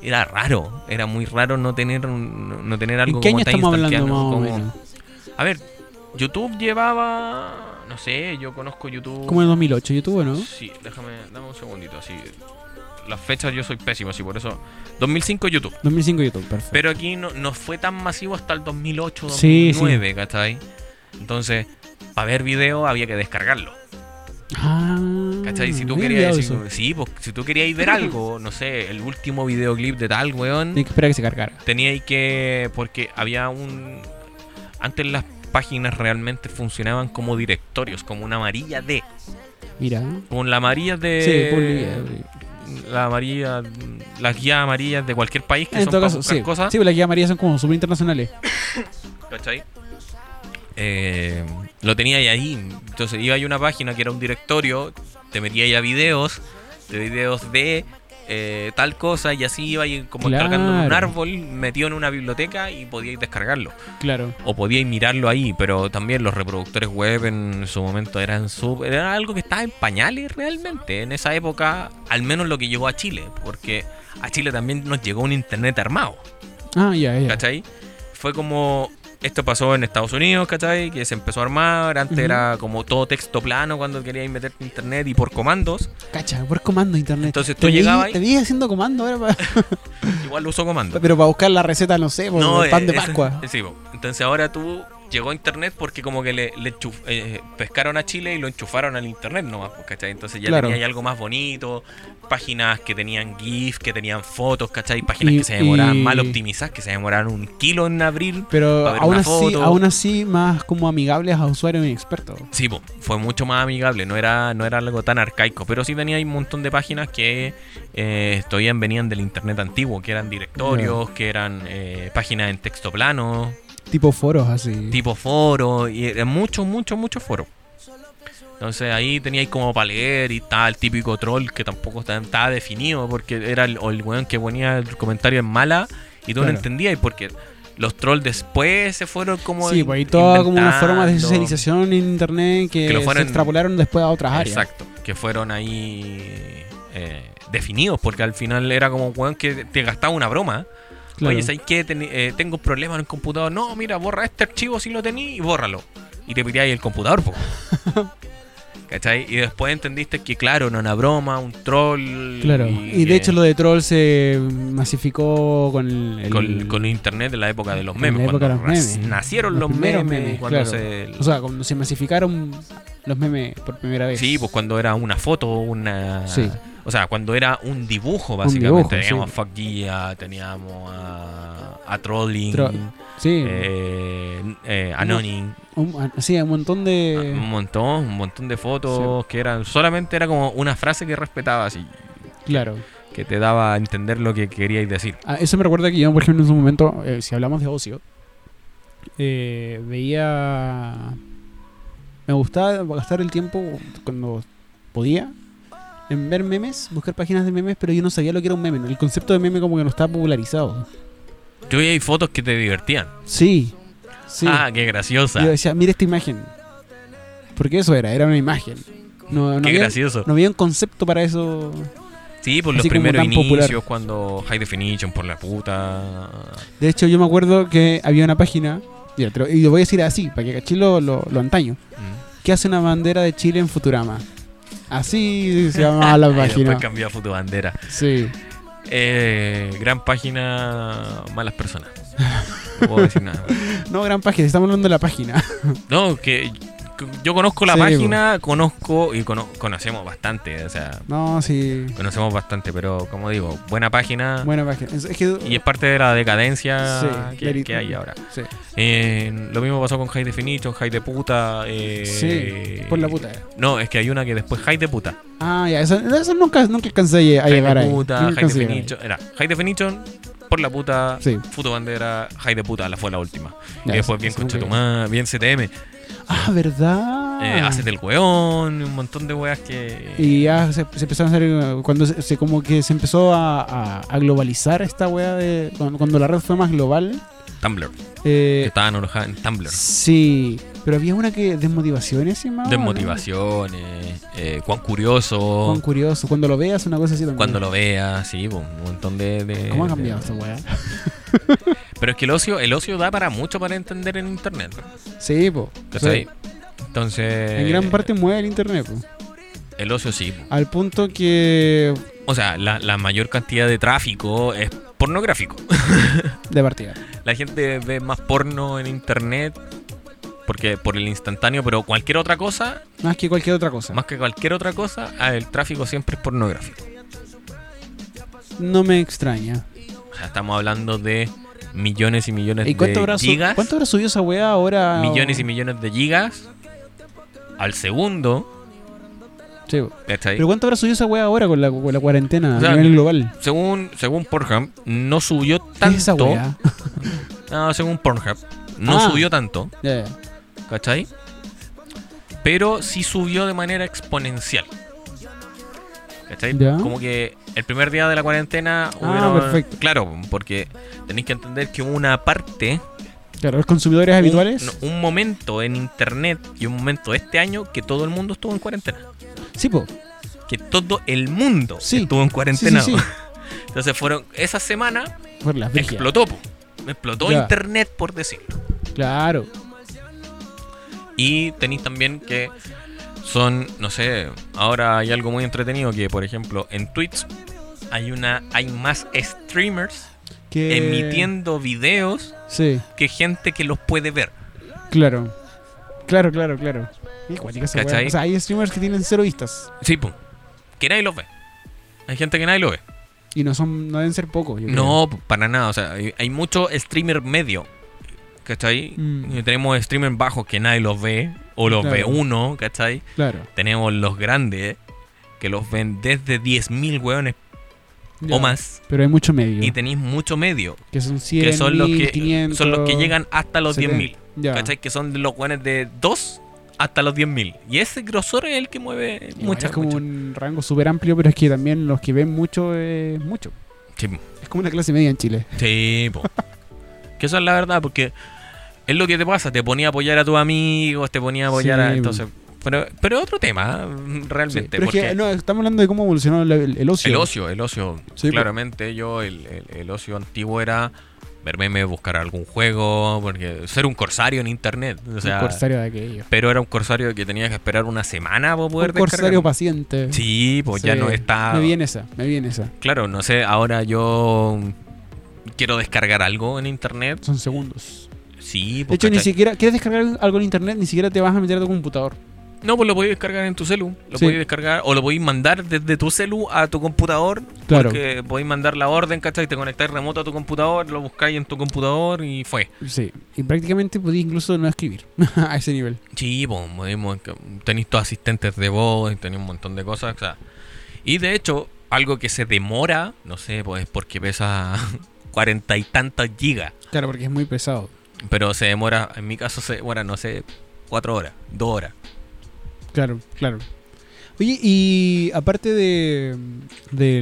era raro. Era muy raro no tener, un- no tener algo
¿En qué
como
año
tan
estamos hablando más
instantáneos,
o
como-
menos?
A ver, YouTube llevaba, no sé, yo conozco YouTube.
Como en 2008, YouTube, ¿no?
Sí, déjame, dame un segundito, así. Las fechas yo soy pésimo, así por eso. 2005 YouTube.
2005 YouTube, perfecto.
Pero aquí no, no fue tan masivo hasta el 2008,
Sí,
2009, ¿cachai? Entonces, para ver video había que descargarlo,
ah,
¿cachai? Si tú
no
querías
había
decir-
olvidado eso.
sí, pues, si tú querías ver algo, no sé, el último videoclip de tal, weón,
Tenía que esperar a que se cargara.
teníais que... Porque había un... Antes las páginas realmente funcionaban como directorios, como una amarilla de...
Mira.
Con la amarilla de.
sí, eh, publi-
La amarilla. Las guías amarillas de cualquier país que
En
son
todo
para
caso,
buscar
sí.
cosas.
Sí, pues pero las guías amarillas son como súper internacionales.
¿cachai? Eh, lo tenía ahí, ahí. Entonces iba a una página que era un directorio, te metía ahí a videos, de videos de eh, tal cosa, y así iba ahí como
Claro.
cargando en un árbol, metido en una biblioteca y podíais descargarlo.
Claro.
O podíais mirarlo ahí, pero también los reproductores web en su momento eran súper. Era algo que estaba en pañales realmente. En esa época, al menos lo que llegó a Chile, porque a Chile también nos llegó un internet armado.
Ah, ya, ya.
¿cachai? Fue como. Esto pasó en Estados Unidos, ¿cachai? Que se empezó a armar. Antes
Ujú.
era como todo texto plano cuando querías meterte a internet y por comandos.
Cacha, por comando internet.
Entonces tú
Te vi-
llegabas ahí-
Te vi haciendo comando ahora, pa-
Igual uso comandos.
pero para buscar la receta, no sé, por el pan de
eh,
Pascua.
ese- sí, po. Entonces ahora tú llegó a internet porque como que le, le enchuf- eh, pescaron a Chile y lo enchufaron al internet nomás, pues, ¿cachai? Entonces ya
Claro.
tenía ahí algo más bonito. Páginas que tenían GIF, que tenían fotos, ¿cachai? Páginas
Y-
que se demoraban
y-
mal optimizadas, que se demoraron un kilo en abrir.
Pero
para ver
aún
una
así,
foto.
aún así, más como amigables a usuarios inexpertos.
Sí, po, fue mucho más amigable, no era, no era algo tan arcaico, pero sí tenía ahí un montón de páginas que eh, todavía venían del internet antiguo, que eran directorios, que eran eh, páginas en texto plano,
Tipo foros así.
tipo foro, y era mucho, mucho, mucho foro. Entonces ahí teníais como para leer y tal, típico troll que tampoco está- estaba definido, porque era el, o el weón que ponía el comentario en mala y tú
Claro.
no entendías, y porque los trolls después se fueron como.
sí, pues ahí toda como una forma de
inventando.
socialización en internet que,
Que lo fueron-
se extrapolaron después a otras áreas.
Exacto, que fueron ahí eh, definidos, porque al final era como, weón, que te gastaba una broma.
Claro.
Oye, ¿sabes qué? Teni- eh, tengo un problema en el computador. No, mira, borra este archivo si lo tení y bórralo. Y te piráis el computador, po. ¿Cachai? Y después entendiste que, claro, no era una broma, un troll.
Claro. Y de
que-
hecho lo de troll se masificó con el, el-
Con, con internet de la época de los
en la
memes.
época de
cuando
los
ras-
memes.
Nacieron
Los
los,
primeros
memes.
memes,
cuando
claro.
se-
o sea, cuando se masificaron los memes por primera vez.
Sí, pues cuando era una foto, una.
Sí.
O sea, cuando era un dibujo, básicamente.
dibujo,
teníamos
sí.
a Fuck Gia, teníamos a, a Trolling,
Tro- Sí,
eh, eh, Anonym,
un, sí, un montón
ah,
de...
un montón, un montón de fotos que eran. Solamente era como una frase que respetabas y
Claro.
que te daba a entender lo que queríais decir.
Ah, eso me recuerda que yo, por ejemplo, en su momento, eh, si hablamos de ocio, eh, veía... Me gustaba gastar el tiempo cuando podía en ver memes, buscar páginas de memes, pero yo no sabía lo que era un meme. El concepto de meme como que no estaba popularizado.
Yo vi ahí fotos que te divertían.
Sí, sí.
Ah, qué graciosa.
Yo decía, mira esta imagen. Porque eso era, era una imagen. No, no
qué
había,
gracioso.
no había un concepto para eso.
sí, por
así
los
como
primeros
tan popular.
inicios, cuando High Definition, por la puta.
De hecho, yo me acuerdo que había una página, mira, te lo- y lo voy a decir así, para que cachis lo, lo, lo antaño,
Mm.
que hace una bandera de Chile en Futurama. Así se llamaba la
Y
página.
después cambió a Futubandera.
Sí.
Eh, gran página, malas personas. No puedo decir nada.
No, gran página, estamos hablando de la página.
No, que yo conozco la
Sí,
página, conozco y cono- conocemos bastante, o sea,
No, sí.
conocemos bastante, pero como digo, buena página
Buena página. Es, es que,
y es parte de la decadencia
Sí,
que,
del-
que hay ahora.
sí,
Eh, lo mismo pasó con High Definition, High de puta. eh,
sí, por la puta.
No, es que hay una que después High de puta.
Ah, ya, eso, eso nunca, nunca alcancé a
High
llegar
de
ahí.
puta,
Nunca
High
alcancé a llegar ahí.
Definition. Era High Definition, por la puta,
Sí,
Futo Bandera, High de puta, la fue la última.
ya,
y después
eso-
bien
eso nunca
concha tu
llegué.
madre, Eh, bien CTM, eh,
Ah, ¿verdad?
haces del weón, un montón de weas que.
Ah. Y ya se, se empezaron a hacer, eh, cuando se, se- como que se empezó a, a- a globalizar esta weá de, cuando, cuando la red fue más global.
Tumblr, que
eh,
estaban enojadas en Tumblr.
sí, pero había una que desmotivaciones y más.
Desmotivaciones, eh, cuán curioso,
Juan curioso, cuando lo veas una cosa así también.
cuando lo veas, sí, po, un montón de. de-
¿Cómo ha
de-
cambiado esta weá?
Pero es que el ocio, el ocio da para mucho para entender en internet.
Sí, po.
¿Cachai? Eh.
Sí,
Entonces.
en gran parte mueve el internet, po.
El ocio sí. po.
Al punto que
O sea, la, la mayor cantidad de tráfico es pornográfico.
de partida.
La gente ve más porno en internet porque por el instantáneo, pero cualquier otra cosa,
Más que cualquier otra cosa.
más que cualquier otra cosa, ah, el tráfico siempre es pornográfico.
No me extraña.
O sea, estamos hablando de millones y millones
¿Y cuánto
de
habrá, su-
gigas,
cuánto habrá subido esa weá ahora?
millones y millones de gigas al segundo
Sí, po.
¿cachai?
Pero ¿cuánto habrá subido esa weá ahora con la, con la cuarentena
O sea,
a nivel global?
Según, según Pornhub, no subió
¿Qué es esa
tanto.
weá?
No, según Pornhub, no
Ah.
subió tanto,
Ya, ya.
¿cachai? Pero sí subió de manera exponencial. ¿Cachai?
Ya.
Como que el primer día de la cuarentena
Ah,
hubieron-
perfecto.
Claro, porque tenéis que entender que hubo una parte
Claro, los consumidores
un-
¿Ah, habituales.
Uh, no, Un, momento en internet y un momento este año que todo el mundo estuvo en cuarentena.
Sí, po.
Que todo el mundo
Sí.
estuvo en cuarentena.
Sí, sí, sí.
Entonces fueron esa semana
Por las brígidas.
explotó, po. explotó
Ya.
internet por decirlo.
Claro.
Y tenéis también que son, no sé, ahora hay algo muy entretenido que por ejemplo en Twitch hay una hay más streamers
Que...
emitiendo videos
Sí,
que gente que los puede ver.
claro. Claro, claro, claro. Qué cuática esa weá.
¿Cachai?
O sea, hay streamers que tienen cero vistas.
Sí, po. Que nadie los ve. Hay gente que nadie lo ve.
Y no son, no deben ser pocos. yo creo.
No, para nada. O sea, hay, hay mucho streamer medio. ¿Cachai?
Mm.
Y Tenemos streamer bajos que nadie los ve. O los ve
Claro.
uno, ¿cachai?
Claro.
Tenemos los grandes que los ven desde 10.000 hueones o
Ya.
más.
Pero hay mucho medio.
Y tenéis mucho medio.
que son 100,
que son los que
500,
son los que llegan hasta los
70.
10.000.
Ya.
¿Cachai? Que son de los hueones de 2 hasta los 10.000. Y ese grosor es el que mueve
Igual
muchas
es como
muchas-
un rango súper amplio, pero es que también los que ven mucho es mucho.
Sí, po.
Es como una clase media en Chile.
Sí, po. que eso es la verdad, porque es lo que te pasa, te ponía a apoyar a tus amigos, te ponía a apoyar a...
Sí,
Entonces, pero, pero es otro tema, ¿eh?
Sí,
realmente,
Pero es
porque
que no, estamos hablando de cómo evolucionó el, el- el ocio.
el ocio, el ocio,
Sí, po.
claramente yo, el, el- el ocio antiguo era ver memes, buscar algún juego, porque ser un corsario en internet, o
Un
sea,
corsario de aquellos.
pero era un corsario que tenías que esperar una semana para
Un
poder
corsario
descargarlo.
paciente.
Sí, pues ya
Sí.
no está...
Me viene esa, me viene esa.
Claro, no sé, ahora yo quiero descargar algo en internet.
Son segundos.
Sí,
De
pues,
hecho, ni
¿cachai?
siquiera. ¿Quieres descargar algo en internet? Ni siquiera te vas a meter a tu computador.
No, pues lo podéis descargar en tu celu. Lo
Sí.
podéis descargar o lo podéis mandar desde tu celu a tu computador.
Claro.
Porque podéis mandar la orden, ¿cachai? Te conectáis remoto a tu computador, lo buscáis en tu computador y fue.
Sí. Y prácticamente podías incluso no escribir a ese nivel.
Sí, pues podemos- tenéis tus asistentes de voz, tenéis un montón de cosas. o sea. Y de hecho, algo que se demora, no sé, pues es porque pesa cuarenta y tantas gigas.
Claro, porque es muy pesado.
Pero se demora, en mi caso se demora, no sé, cuatro horas, dos horas.
Claro, claro. Oye, y aparte de, de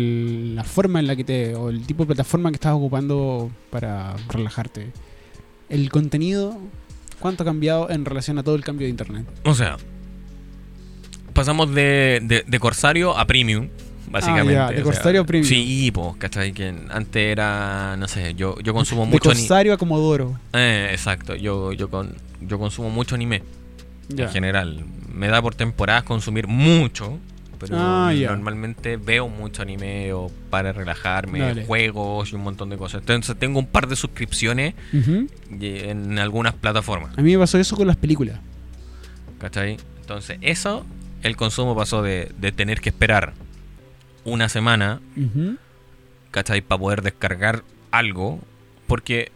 la forma en la que te. o el tipo de plataforma que estás ocupando para relajarte, el contenido, ¿cuánto ha cambiado en relación a todo el cambio de internet?
O sea, pasamos de, de- de corsario a premium, básicamente.
Ah, ya, de
o sea,
corsario a premium.
Sí, pues, ¿cachai? Que antes era, no sé, yo, yo consumo
de
mucho anime.
Corsario a Comodoro.
exacto, yo, yo, con, yo consumo mucho anime
Ya.
en general. Me da por temporadas consumir mucho, pero
Ah, ya.
normalmente veo mucho anime o para relajarme,
Dale.
juegos y un montón de cosas. Entonces tengo un par de suscripciones
Ujú.
y- en algunas plataformas.
A mí me pasó eso con las películas.
¿Cachai? Entonces, eso, el consumo pasó de, de tener que esperar una semana,
Ujú.
¿cachai? Para poder descargar algo. Porque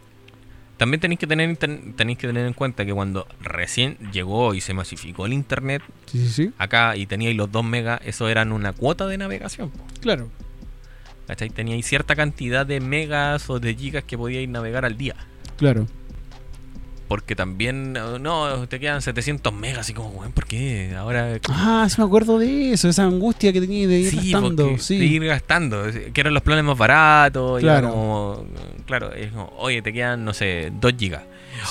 también tenéis que tener inter- tenéis que tener en cuenta que cuando recién llegó y se masificó el internet
Sí, sí, sí.
acá y teníais los 2 megas, eso eran una cuota de navegación. po,
Claro.
¿Cachai? Teníais cierta cantidad de megas o de gigas que podíais navegar al día.
Claro.
Porque también, eh, no, te quedan 700 megas, así como, weón, ¿por qué? Ahora
Ah, sí me acuerdo de eso, esa angustia que tenía de ir
Sí,
gastando.
porque
Sí.
de ir gastando. Que eran los planes más baratos. y era
Claro.
como- claro, es como, oye, te quedan, no sé, 2 gigas.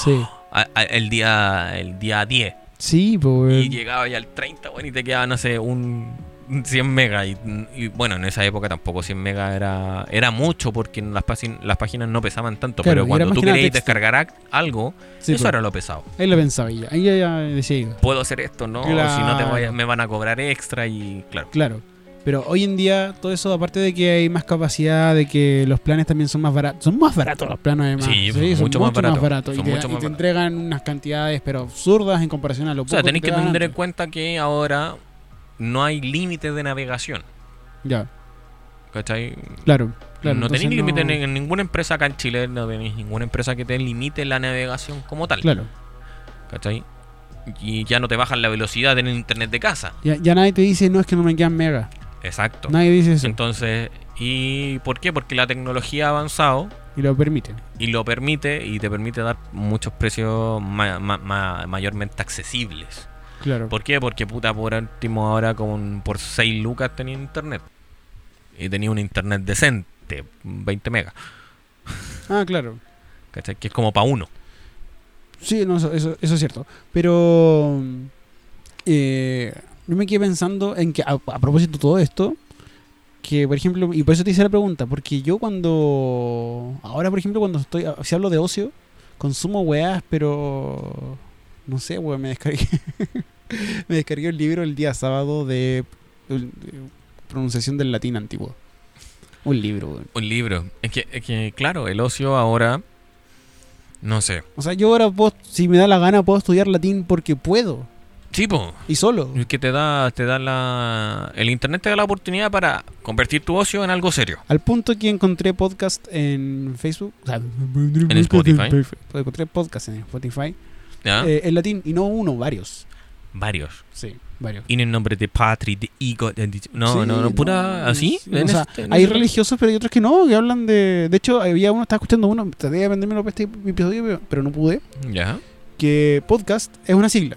Sí.
a- a- el día el día 10.
Sí,
Y
pues.
llegaba ya al 30, bueno, y te quedaba, no sé, un un 100 megas. Y, y bueno, en esa época tampoco 100 megas era, era mucho porque las, págin- las páginas no pesaban tanto. pero
Claro, y era
cuando
más
tú
que nada
querías
texto.
descargar ac- algo,
Sí, pues.
eso
po.
era lo pesado.
Ahí lo pensaba ya. Ahí ya- ya decía yo.
Puedo hacer esto, ¿no? Si no, te
Claro.
vaya- me van a cobrar extra y claro.
Claro. Pero hoy en día, todo eso, aparte de que hay más capacidad, de que los planes también son más baratos. Son más baratos los planes, además.
Sí,
son
mucho más barato.
y
Son mucho
te, y
más
te
barato.
entregan unas cantidades, pero absurdas en comparación a lo
O sea,
poco
tenéis
te
que
daban
tener en
antes.
cuenta que ahora no hay límite de navegación.
Ya,
¿Cachai?
claro. claro
no tenéis
entonces
límite
no-
en- en ninguna empresa acá en Chile, no tenéis ninguna empresa que te limite la navegación como tal.
Claro.
¿Cachai? y ya no te bajan la velocidad en el internet de casa.
Ya, ya nadie te dice, no, es que no me quedan mega.
Exacto.
Nadie dice eso.
Entonces, ¿y por qué? Porque la tecnología ha avanzado
Y lo permiten.
y lo permite y te permite dar muchos precios ma- ma- ma- mayormente accesibles.
Claro.
¿Por qué? Porque puta, por último ahora con por 6 lucas tenía internet. Y tenía un internet decente, 20 megas.
Ah, claro.
¿Cachai? Que es como para uno.
Sí, no, eso, eso, eso es cierto. Pero eh, yo me quedé pensando en que, a, a propósito de todo esto, que por ejemplo, y por eso te hice la pregunta, porque yo cuando, ahora por ejemplo, cuando estoy, si hablo de ocio, consumo weas, pero no sé, weón, me descargué, me descargué el libro el día sábado de, de pronunciación del latín antiguo. Un libro, weón.
Un libro. Es que, es que, claro, el ocio ahora. No sé.
O sea, yo ahora puedo, si me da la gana, puedo estudiar latín porque puedo.
Tipo,
Y solo.
es que te da, te da la. El internet te da la oportunidad para convertir tu ocio en algo serio.
Al punto que encontré podcast en Facebook. O sea, en Pues
Spotify. Ah.
Encontré podcast en Spotify.
¿ya?
eh, en latín. Y no uno, varios.
Varios.
Sí, varios.
Y en el nombre de Patri, de Ego, de- de- No,
Sí,
no, no, pura.
no,
¿Así?
sí, o
En
sea,
este- en
hay
este-
religiosos, pero hay otros que no, que hablan de. De hecho, había uno, estaba escuchando uno, traté de venderme este episodio, pero- pero no pude.
Ya.
Que podcast es una sigla.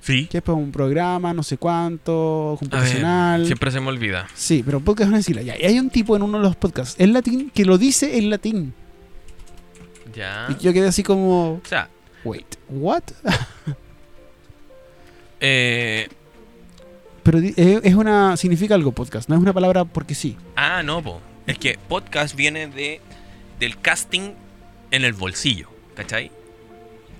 Sí.
Que es para un programa, no sé cuánto, computacional.
Siempre se me olvida.
Sí, pero podcast es una sigla. Ya. Y hay un tipo en uno de los podcasts, en latín, que lo dice en latín.
Ya.
Y yo quedé así como.
O sea,
Wait, what?
eh,
Pero di- eh, es una significa algo podcast, no es una palabra porque sí.
Ah, no, po. Es que podcast viene de del casting en el bolsillo, ¿cachai?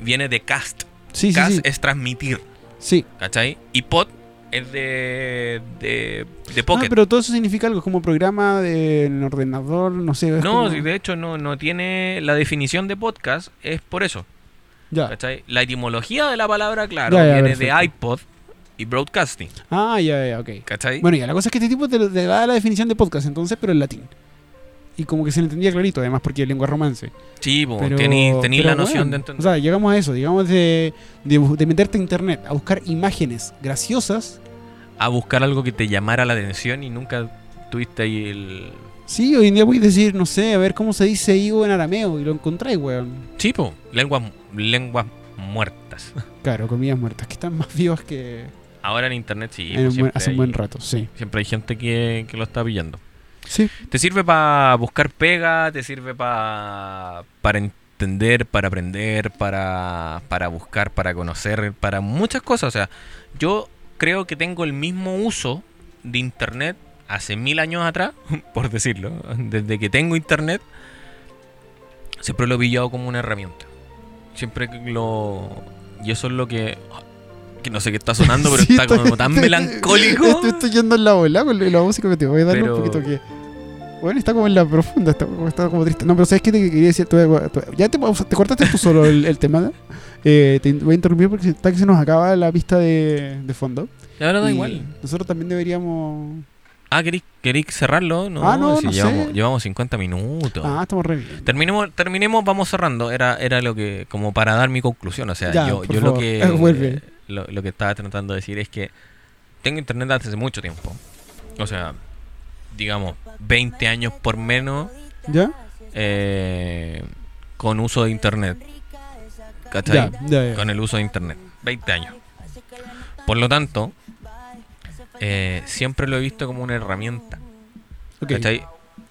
Viene de cast.
Sí, sí,
cast
sí.
es transmitir,
sí.
¿cachai? Y pod es de de, de
No,
pocket. No,
Ah, pero todo eso significa algo, es como programa de en ordenador, no sé. es como-
si de hecho no, no tiene la definición de podcast, es por eso,
ya.
¿cachai? La etimología de la palabra, claro,
Ah. Ya, ya,
viene de
perfecto.
iPod y broadcasting,
Ah, ya, ya, ok.
¿cachai?
Bueno, ya, la cosa es que este tipo te, lo- te da la definición de podcast entonces, pero en latín. Y como que se le entendía clarito, además, porque es lengua romance.
sí, po,
Pero-
tení, tení
pero
la noción
bueno,
de entender.
O sea, llegamos a eso, digamos, de, de, bu- de meterte a internet, a buscar imágenes graciosas.
a buscar algo que te llamara la atención y nunca tuviste ahí el...
Sí, hoy en día podéis decir, no sé, a ver cómo se dice higo en arameo y lo encontráis, weón.
Sí, po, lenguas, lenguas muertas.
Claro, comidas muertas, que están más vivas que
Ahora en internet sí, po,
en un buen-
siempre,
hace
hay,
un buen rato, sí.
siempre hay gente que, que lo está pillando.
Sí,
Te sirve para buscar pega, te sirve para para entender, para aprender, para, para buscar, para conocer, para muchas cosas. O sea, yo creo que tengo el mismo uso de internet hace mil años atrás, por decirlo, desde que tengo internet, siempre lo he pillado como una herramienta. Siempre que lo... Y eso es lo que... Que no sé qué está sonando, pero
Sí,
está
estoy-
como tan
estoy-
melancólico.
Estoy, estoy yendo en la bola con la música que te voy a dar
Pero-
un poquito que. Bueno, está como en la profunda, está como, está como triste. No, pero ¿sabes qué te quería decir? Te voy a- te voy a- ya te, te cortaste tú solo el, el tema. ¿no? Eh, te voy a interrumpir porque está que se nos acaba la pista de, de fondo.
La verdad da
Y
igual.
Nosotros también deberíamos.
Ah, ¿queréis, queréis cerrarlo? No,
Ah, no,
si
no
llevamos,
sé.
llevamos 50 minutos.
Ah, estamos re bien.
Terminemos, terminemos, vamos cerrando. Era, era lo que, como para dar mi conclusión. O sea,
Ya,
yo,
por
yo lo
favor,
que
eh, vuelve.
Lo, lo que estaba tratando de decir es que tengo internet hace mucho tiempo. O sea, digamos, 20 años por menos
¿Ya?
eh, con uso de internet. ¿Cachai?
Ya, ya, ya.
con el uso de internet. 20 años. Por lo tanto, eh, siempre lo he visto como una herramienta.
Ok.
¿Cachai?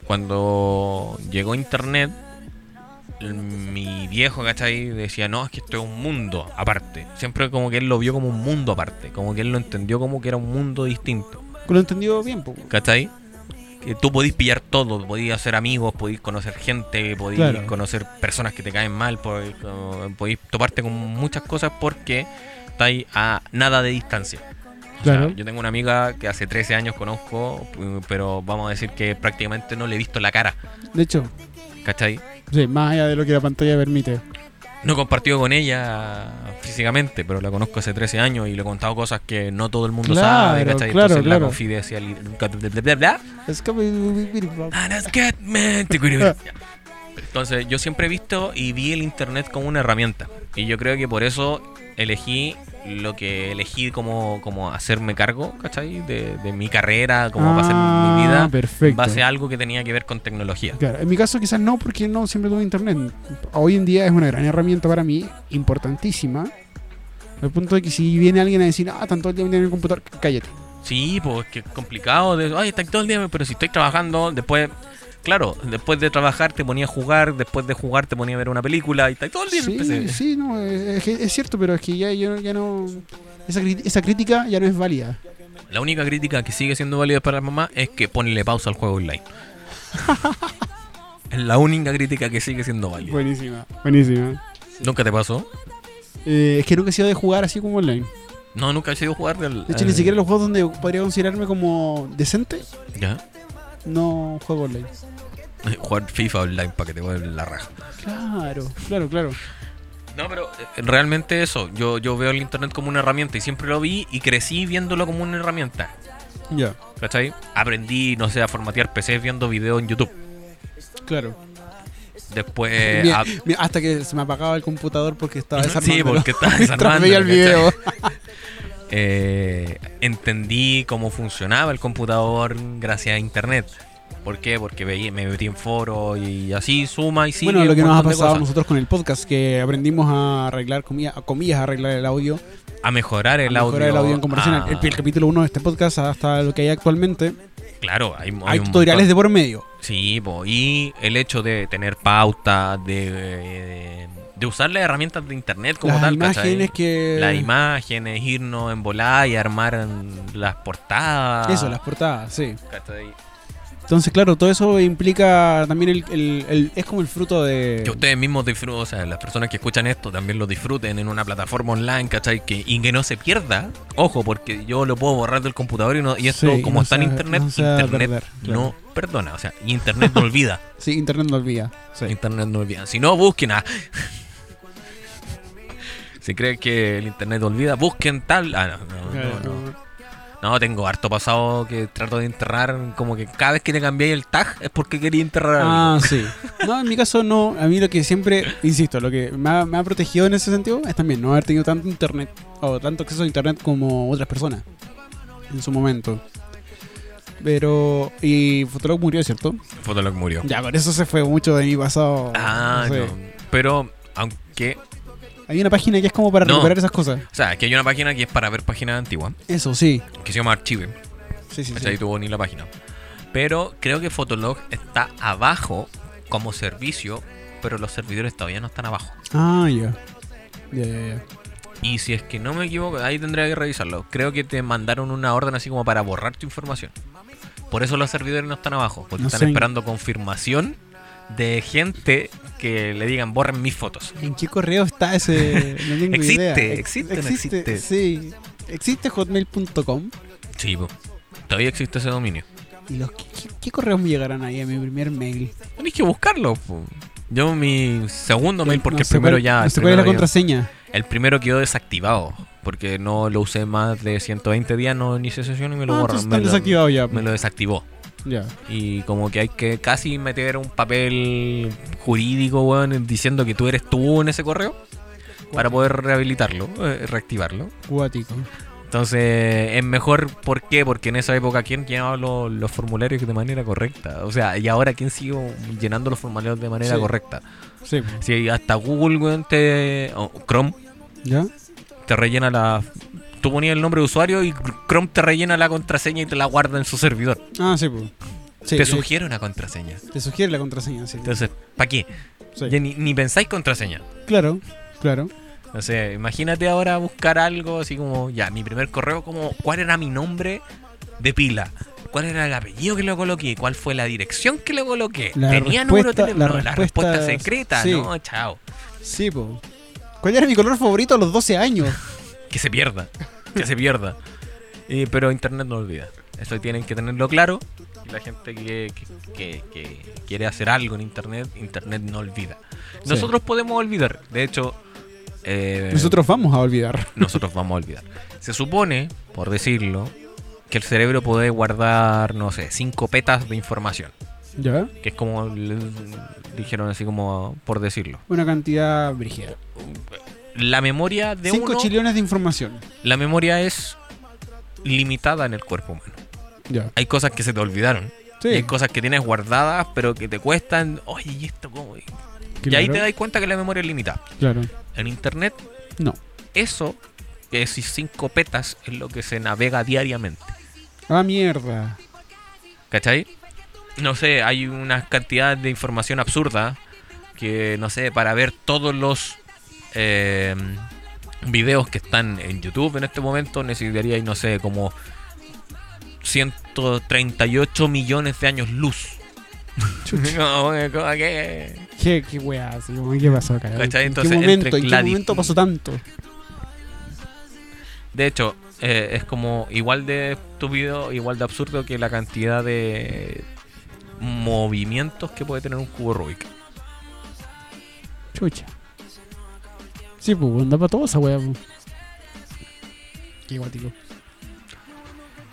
Cuando llegó internet, l- mi viejo, ¿cachai? Decía, no, es que esto es un mundo aparte. Siempre como que él lo vio como un mundo aparte. Como que él lo entendió como que era un mundo distinto.
Lo entendió bien, po.
¿Cachai? Que tú podís pillar todo, podís hacer amigos, podís conocer gente, podís
Claro.
conocer personas que te caen mal, podís, como- podís toparte con muchas cosas porque estáis a nada de distancia. O sea,
Claro.
yo tengo una amiga que hace 13 años conozco, p- pero vamos a decir que prácticamente no le he visto la cara,
De hecho,
¿cachai?
sí, más allá de lo que la pantalla permite.
No he compartido con ella físicamente, pero la conozco hace 13 años y le he contado cosas que no todo el mundo
Claro,
sabe, ¿cachai?
claro,
Entonces la
claro.
confidencialidad... bla, bla, bla.
Es como. Claro,
Ah, let's get me. Ticuribiri. Entonces, yo siempre he visto y vi el internet como una herramienta. Y yo creo que por eso elegí lo que elegí como, como hacerme cargo, ¿cachai? De, de mi carrera, como va a ser
Ah,
mi vida,
perfecto.
va a ser algo que tenía que ver con tecnología.
Claro, en mi caso quizás no, porque no siempre tuve internet. Hoy en día es una gran herramienta para mí, importantísima. Al punto de que si viene alguien a decir, ah, tanto el día en el computador, cállate.
Sí, pues que es complicado. De, Ay, está todo el día, pero si estoy trabajando, después. Claro, después de trabajar te ponía a jugar, después de jugar te ponía a ver una película y está todo el día en el
Sí,
PC.
sí, no, es, es- es cierto, pero es que ya, yo ya no. Esa, cri- esa crítica ya no es válida.
La única crítica que sigue siendo válida para las mamás es que ponle pausa al juego online. es la única crítica que sigue siendo válida.
Buenísima, buenísima.
¿Nunca te pasó?
Eh, es que nunca he sido de jugar así como online.
No, nunca he sido jugar del.
De hecho, ni siquiera los juegos donde podría considerarme como decente,
Ya.
no juego online.
Jugar FIFA online para que te vuelvan la raja.
Claro, claro, claro.
No, pero eh, realmente eso. Yo, yo veo el internet como una herramienta y siempre lo vi y crecí viéndolo como una herramienta.
Ya,
¿Cachai? Aprendí, no sé, a formatear PCs viendo videos en YouTube.
claro.
Después.
Mira,
a-
mira, hasta que se me apagaba el computador porque estaba desarmando.
Eh, ah, sí, porque estaba
Mientras
desarmando.
veía el
¿cachai?
video.
Eh, entendí cómo funcionaba el computador gracias a internet. ¿Por qué? Porque veía- me metí en foros y así suma y sigue.
bueno, lo
un
que nos ha
montón de
pasado a
cosas.
nosotros con el podcast, que aprendimos a arreglar, comillas, a comillas, a arreglar el audio,
A mejorar el
a
audio. ah.
mejorar el audio en conversacional.
a-
El, el capítulo 1 de este podcast hasta lo que hay actualmente.
Claro, hay, hay
Hay,
un
tutoriales
montón.
de por medio.
Sí, po, y el hecho de tener pauta, de, de, de usar las herramientas de internet como
Las
tal, ¿cachai?
imágenes que...
Las imágenes, irnos en volar y armar en las portadas.
Eso, las portadas, sí.
¿cachai?
Entonces, claro, todo eso implica también el... el- el- es como el fruto de...
Que ustedes mismos disfruten, o sea, las personas que escuchan esto también lo disfruten en una plataforma online, ¿cachai? Que, y que no se pierda, ojo, porque yo lo puedo borrar del computador y, no, y esto,
Sí,
como
no
está en
se-
internet,
no se va a
internet
perder, claro.
no perdona, o sea, internet no olvida.
Sí, internet no olvida. Sí.
Internet no olvida. Si no, busquen a. si creen que el internet olvida, busquen tal. Ah, no, no, no, no. No, tengo harto pasado que trato de enterrar. Como que cada vez que te cambié el tag es porque quería enterrar algo.
Ah, sí. No, en mi caso no. A mí lo que siempre, insisto, lo que me ha, me ha protegido en ese sentido es también no haber tenido tanto internet o tanto acceso a internet como otras personas en su momento. Pero. Y Fotolog murió, ¿cierto?
Fotolog murió.
Ya, con eso se fue mucho de mi pasado.
Ah,
no sé.
no. Pero, aunque.
Hay una página que es como para
No.
recuperar esas cosas.
O sea, que hay una página que es para ver páginas antiguas,
Eso, sí.
que se llama Archive.
Sí, sí, sí.
¿Cachai? Tuvo ni la página. Pero creo que Fotolog está abajo como servicio, pero los servidores todavía no están abajo.
Ah, ya. Ya, ya, ya.
Y si es que no me equivoco, ahí tendría que revisarlo. Creo que te mandaron una orden así como para borrar tu información. Por eso los servidores no están abajo, porque
No
están
sé.
esperando confirmación de gente que le digan borren mis fotos.
¿En qué correo está ese? No tengo
Existe,
idea. Ex-
existe, no existe.
Sí. Existe hotmail.com.
Sí, po. todavía existe ese dominio.
¿Y los qué, qué- qué correos me llegarán ahí a mi primer mail?
Tenéis que buscarlo. po. Yo mi segundo mail, porque
No
el
sé
primero
cuál-
ya...
No
el
sé cuál es
primero
la
ya-
contraseña.
el primero quedó desactivado, porque no lo usé más de 120 días, no inicié sesión y me lo
Ah,
borraron.
entonces
Me
está
lo,
desactivado ya. pues.
me lo desactivó.
Ya.
Y como que hay que casi meter un papel jurídico, weón, diciendo que tú eres tú en ese correo para poder rehabilitarlo, eh, reactivarlo.
Cuático.
Entonces, es mejor, ¿por qué? Porque en esa época, ¿quién llenaba lo- los formularios de manera correcta? O sea, y ahora, ¿quién sigue llenando los formularios de manera
Sí.
correcta?
Sí. pues.
Si hasta Google, weón, te. o Chrome,
¿Ya?
te rellena la. Tú ponías el nombre de usuario y Chrome te rellena la contraseña y te la guarda en su servidor.
Ah, sí, pues. Sí,
te
eh,
sugiere una contraseña.
te sugiere la contraseña, sí.
Entonces, ¿para qué?
Sí.
Ya ni, ni pensáis contraseña.
Claro, claro.
No sé, imagínate ahora buscar algo así como, ya, mi primer correo, como, ¿cuál era mi nombre de pila? ¿Cuál era el apellido que lo coloqué? ¿Cuál fue la dirección que lo coloqué?
La
¿Tenía número de
respuesta-
teléfono?
la
La respuesta,
respuesta-
secreta,
sí.
¿no? Chao.
Sí, pues. ¿Cuál era mi color favorito a los 12 años?
Que se pierda. Que se pierda. Eh, pero Internet no olvida. Eso tienen que tenerlo claro. Y la gente que, que- que- que quiere hacer algo en Internet, Internet no olvida.
Sí.
Nosotros podemos olvidar. De hecho... eh,
Nosotros vamos a olvidar.
nosotros vamos a olvidar. Se supone, por decirlo, que el cerebro puede guardar, no sé, cinco petas de información.
¿Ya?
Que es como le- dijeron así como por decirlo.
Una cantidad brígida.
la memoria de
5
uno,
chillones de información.
la memoria es limitada en el cuerpo humano.
Ya.
Hay cosas que se te olvidaron.
Sí.
Y hay cosas que tienes guardadas, pero que te cuestan. Oye, ¿y esto cómo? Y ahí te das cuenta que la memoria es limitada.
Claro.
En internet,
No.
eso, que si 5 petas, es lo que se navega diariamente.
Ah, mierda.
¿Cachai? No sé, hay una cantidad de información absurda que, no sé, para ver todos los eh, videos que están en YouTube en este momento necesitaría, no sé, como 138 millones de años luz. No, eh, ¿cómo que?
Qué, qué weá, así como, ¿qué pasó acá?
¿Cachai?
¿En
Entonces,
qué momento,
entre
¿en qué
Gladys-
momento pasó tanto?
De hecho, eh, es como igual de estúpido, igual de absurdo que la cantidad de
Mm.
movimientos que puede tener un cubo Rubik.
Chucha. Sí, pues, anda para toda esa weá. pues. Qué guático.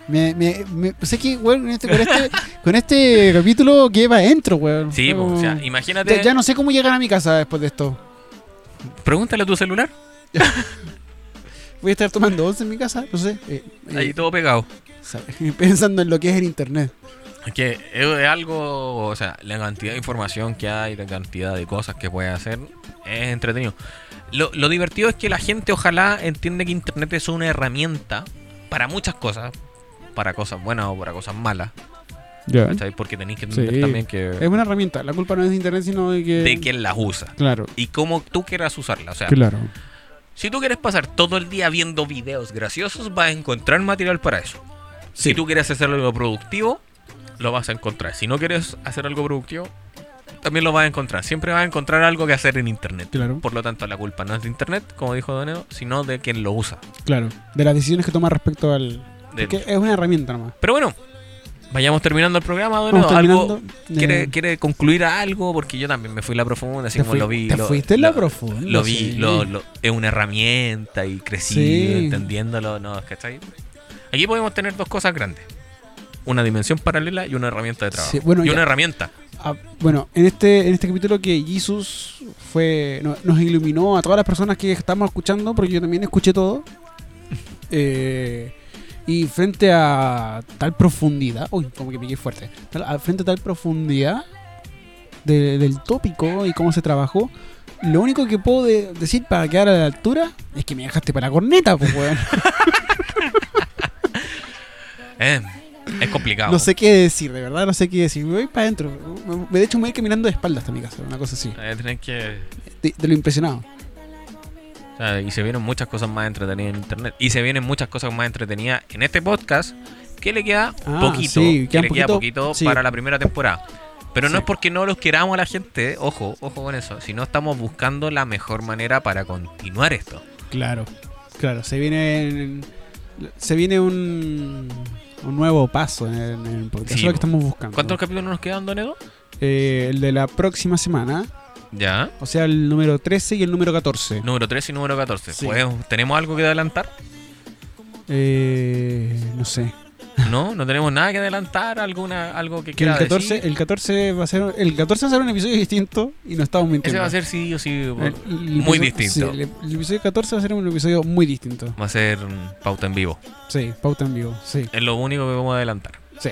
Me, me, me, sé que, weón, con este, con este, con este capítulo que va adentro, weón.
Sí,
Fue
po, o sea,
como-
imagínate.
Mm. ya, ya no sé cómo llegar a mi casa después de esto.
Pregúntale a tu celular.
Voy a estar tomando once en mi casa, no sé. eh, eh,
Ahí todo pegado.
sabe, pensando en lo que es el internet.
Es que es algo, o sea, la cantidad de información que hay, la cantidad de cosas que puedes hacer, es entretenido. Lo, lo divertido es que la gente ojalá entiende que Internet es una herramienta para muchas cosas, para cosas buenas o para cosas malas, ¿cachai? Porque tenéis que entender
Sí.
también
Es
que,
una herramienta. La culpa no es de internet, sino de que.
de quién las usa
Claro,
y cómo tú quieras usarla. O sea,
claro.
si tú quieres pasar todo el día viendo videos graciosos, vas a encontrar material para eso. Si tú quieres hacer algo productivo, lo vas a encontrar. Si no quieres hacer algo productivo, también lo vas a encontrar. Siempre vas a encontrar algo que hacer en Internet.
Claro,
Por lo tanto, la culpa no es de Internet, como dijo Don Edo, sino de quien lo usa.
claro. De las decisiones que toma respecto al.
De-
Porque es una herramienta nomás.
Pero bueno, vayamos terminando el programa, Don
Vamos
Edo.
terminando.
¿Algo ¿Quiere,
Eh,
quiere concluir a algo? Porque yo también me fui a la profunda, así
te
como
fui-
lo vi.
te
lo-
fuiste en la
lo-
profunda.
Lo vi,
sí.
lo, lo- es una herramienta y crecí
Sí.
entendiéndolo, ¿no? ¿Cachai? Aquí podemos tener dos cosas grandes. Una dimensión paralela y una herramienta de trabajo.
Sí, bueno,
y
ya.
una herramienta.
Ah, bueno, en este, en este capítulo que Jesus fue, no- nos iluminó a todas las personas que estamos escuchando, porque yo también escuché todo. Eh, y frente a tal profundidad, uy, como que piqué fuerte, Tal- a- frente a tal profundidad de- del tópico y cómo se trabajó, lo único que puedo de- decir para quedar a la altura es que me dejaste para la corneta, pues, weón.
Eh, es complicado.
No sé qué decir, de verdad, no sé qué decir. Me voy para adentro. Me- me- De hecho, me voy a ir caminando de espaldas hasta mi casa, una cosa así.
Eh, tenés que,
De- de lo impresionado.
o sea, y se vienen muchas cosas más entretenidas en internet. Y se vienen muchas cosas más entretenidas en este podcast que le queda
Ah,
poquito.
sí,
que
queda
le queda
poquito,
poquito
sí.
para la primera temporada. Pero no
Sí.
es porque no los queramos a la gente, eh, ojo, ojo con eso. Sino estamos buscando la mejor manera para continuar esto.
Claro, claro, se viene se viene un, un nuevo paso en el, en el podcast.
Sí,
Eso es lo que
po.
estamos buscando.
¿Cuántos capítulos nos quedan, Don Edo?
Eh, el de la próxima semana,
Ya.
o sea, el número 13 y el número 14.
Número 3 y número 14.
Sí.
¿Podemos- ¿Tenemos algo que adelantar?
Eh, no sé.
No, no tenemos nada que adelantar, alguna, algo que
Que el
quiera
14,
decir.
el 14 va a ser el 14 va a ser un episodio distinto y no estamos mintiendo.
Ese va a ser sí o sí.
El- el
muy distinto.
episodio- sí, el, el episodio 14 va a ser un episodio muy distinto.
Va a ser mm, pauta en vivo.
Sí, pauta en vivo. Sí.
Es lo único que vamos a adelantar.
Sí,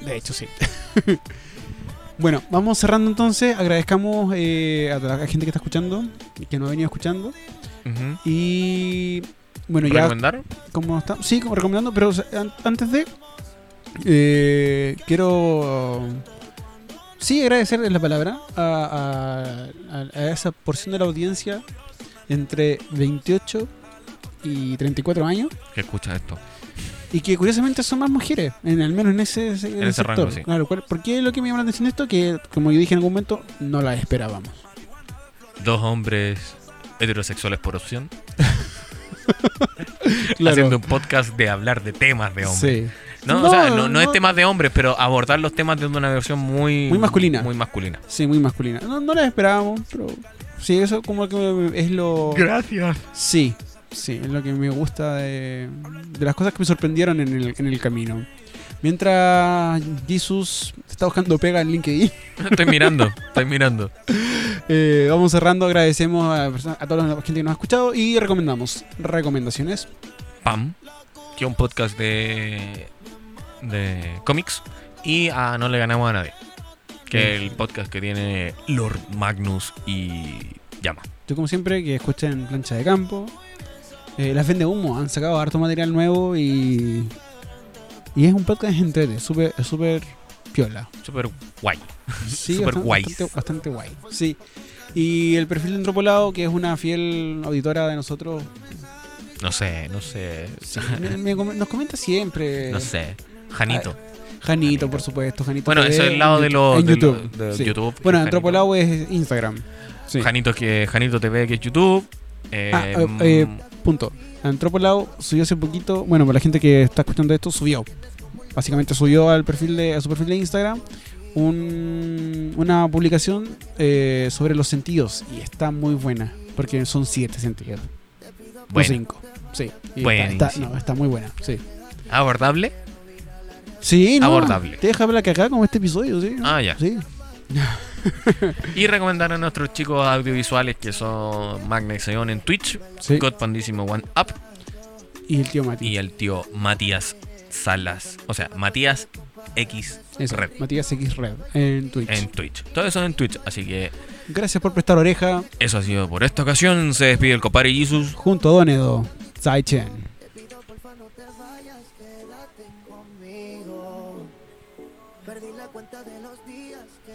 de, de hecho sí. bueno, vamos cerrando entonces. Agradezcamos eh, a la gente que está escuchando, que nos ha venido escuchando.
Ujú.
Y bueno, ya
¿Recomendar?
como está, sí, como recomendando, pero o sea, an- antes de, eh, quiero, sí, agradecer es la palabra a, a- a- a esa porción de la audiencia entre 28 y 34 años.
Que escucha esto.
Y que curiosamente son más mujeres, en, al menos en ese, ese- en
ese
ese
rango,
sector.
sí.
Claro, ¿cuál- ¿por qué lo que me llama la atención de esto? Que, como yo dije en algún momento, no la esperábamos.
Dos hombres heterosexuales por opción. Haciendo un podcast de hablar de temas de hombres.
Sí.
No,
No,
o sea, no, no es
no.
temas de hombres, pero abordar los temas de una versión muy...
Muy masculina.
Muy masculina.
sí, muy masculina. No, no la esperábamos, pero sí, eso como que me- es lo...
Gracias.
Sí, sí, es lo que me gusta de, de las cosas que me sorprendieron en el, en el camino. Mientras Jesus está buscando pega en LinkedIn,
Estoy mirando, estoy mirando.
Eh, vamos cerrando, agradecemos a, perso- a toda la gente que nos ha escuchado y recomendamos recomendaciones.
Pam, que es un podcast de, de cómics, y a No le ganamos a nadie, que es el podcast que tiene Lord Magnus y Llama.
Yo como siempre que escuchen Plancha de Campo. Eh, las Vende Humo han sacado harto material nuevo y y es un podcast entrete, súper súper piola.
Super guay.
Sí,
Súper
bastan-
guays.
Bastante, bastante guay. Sí. Y el perfil de Entropolado, que es una fiel auditora de nosotros,
No sé, no sé.
sí, me- me com- nos comenta siempre.
No sé. Janito.
Janito,
Janito.
por supuesto. Janito
Bueno,
TV
eso es el lado
Ah, en
de los
YouTube- en
de
YouTube.
los- de
sí.
YouTube, que
Bueno,
es
Entropolado es Instagram. Sí.
Janito que Janito TV que es YouTube. Eh,
Ah, eh, eh, Punto. Antropolado subió hace poquito. Bueno, para la gente que está escuchando esto, subió. Básicamente subió al perfil de, a su perfil de Instagram un- una publicación eh, sobre los sentidos. Y está muy buena. Porque son siete sentidos.
bueno,
O cinco. pues Sí. Y
Buenísimo.
está, está- no, está muy buena. Sí.
abordable.
Sí, no,
Abordable.
Te deja ver la cagada como este episodio, sí. ¿no?
Ah, ya.
Sí.
Y recomendar a nuestros chicos audiovisuales que son Magna y Seon en Twitch,
sí.
Godpandísimo One Up
Y el tío Mati.
y el tío Matías Salas, o sea, Matías X
Eso,
Red.
Matías X Red en Twitch.
en Twitch. Todo eso en Twitch, así que
Gracias por prestar oreja
eso ha sido por esta ocasión. Se despide el compadre Jesus.
junto a Donedo. Sai Chen.
pido porfa no te vayas, quédate conmigo. Perdí la cuenta de los días que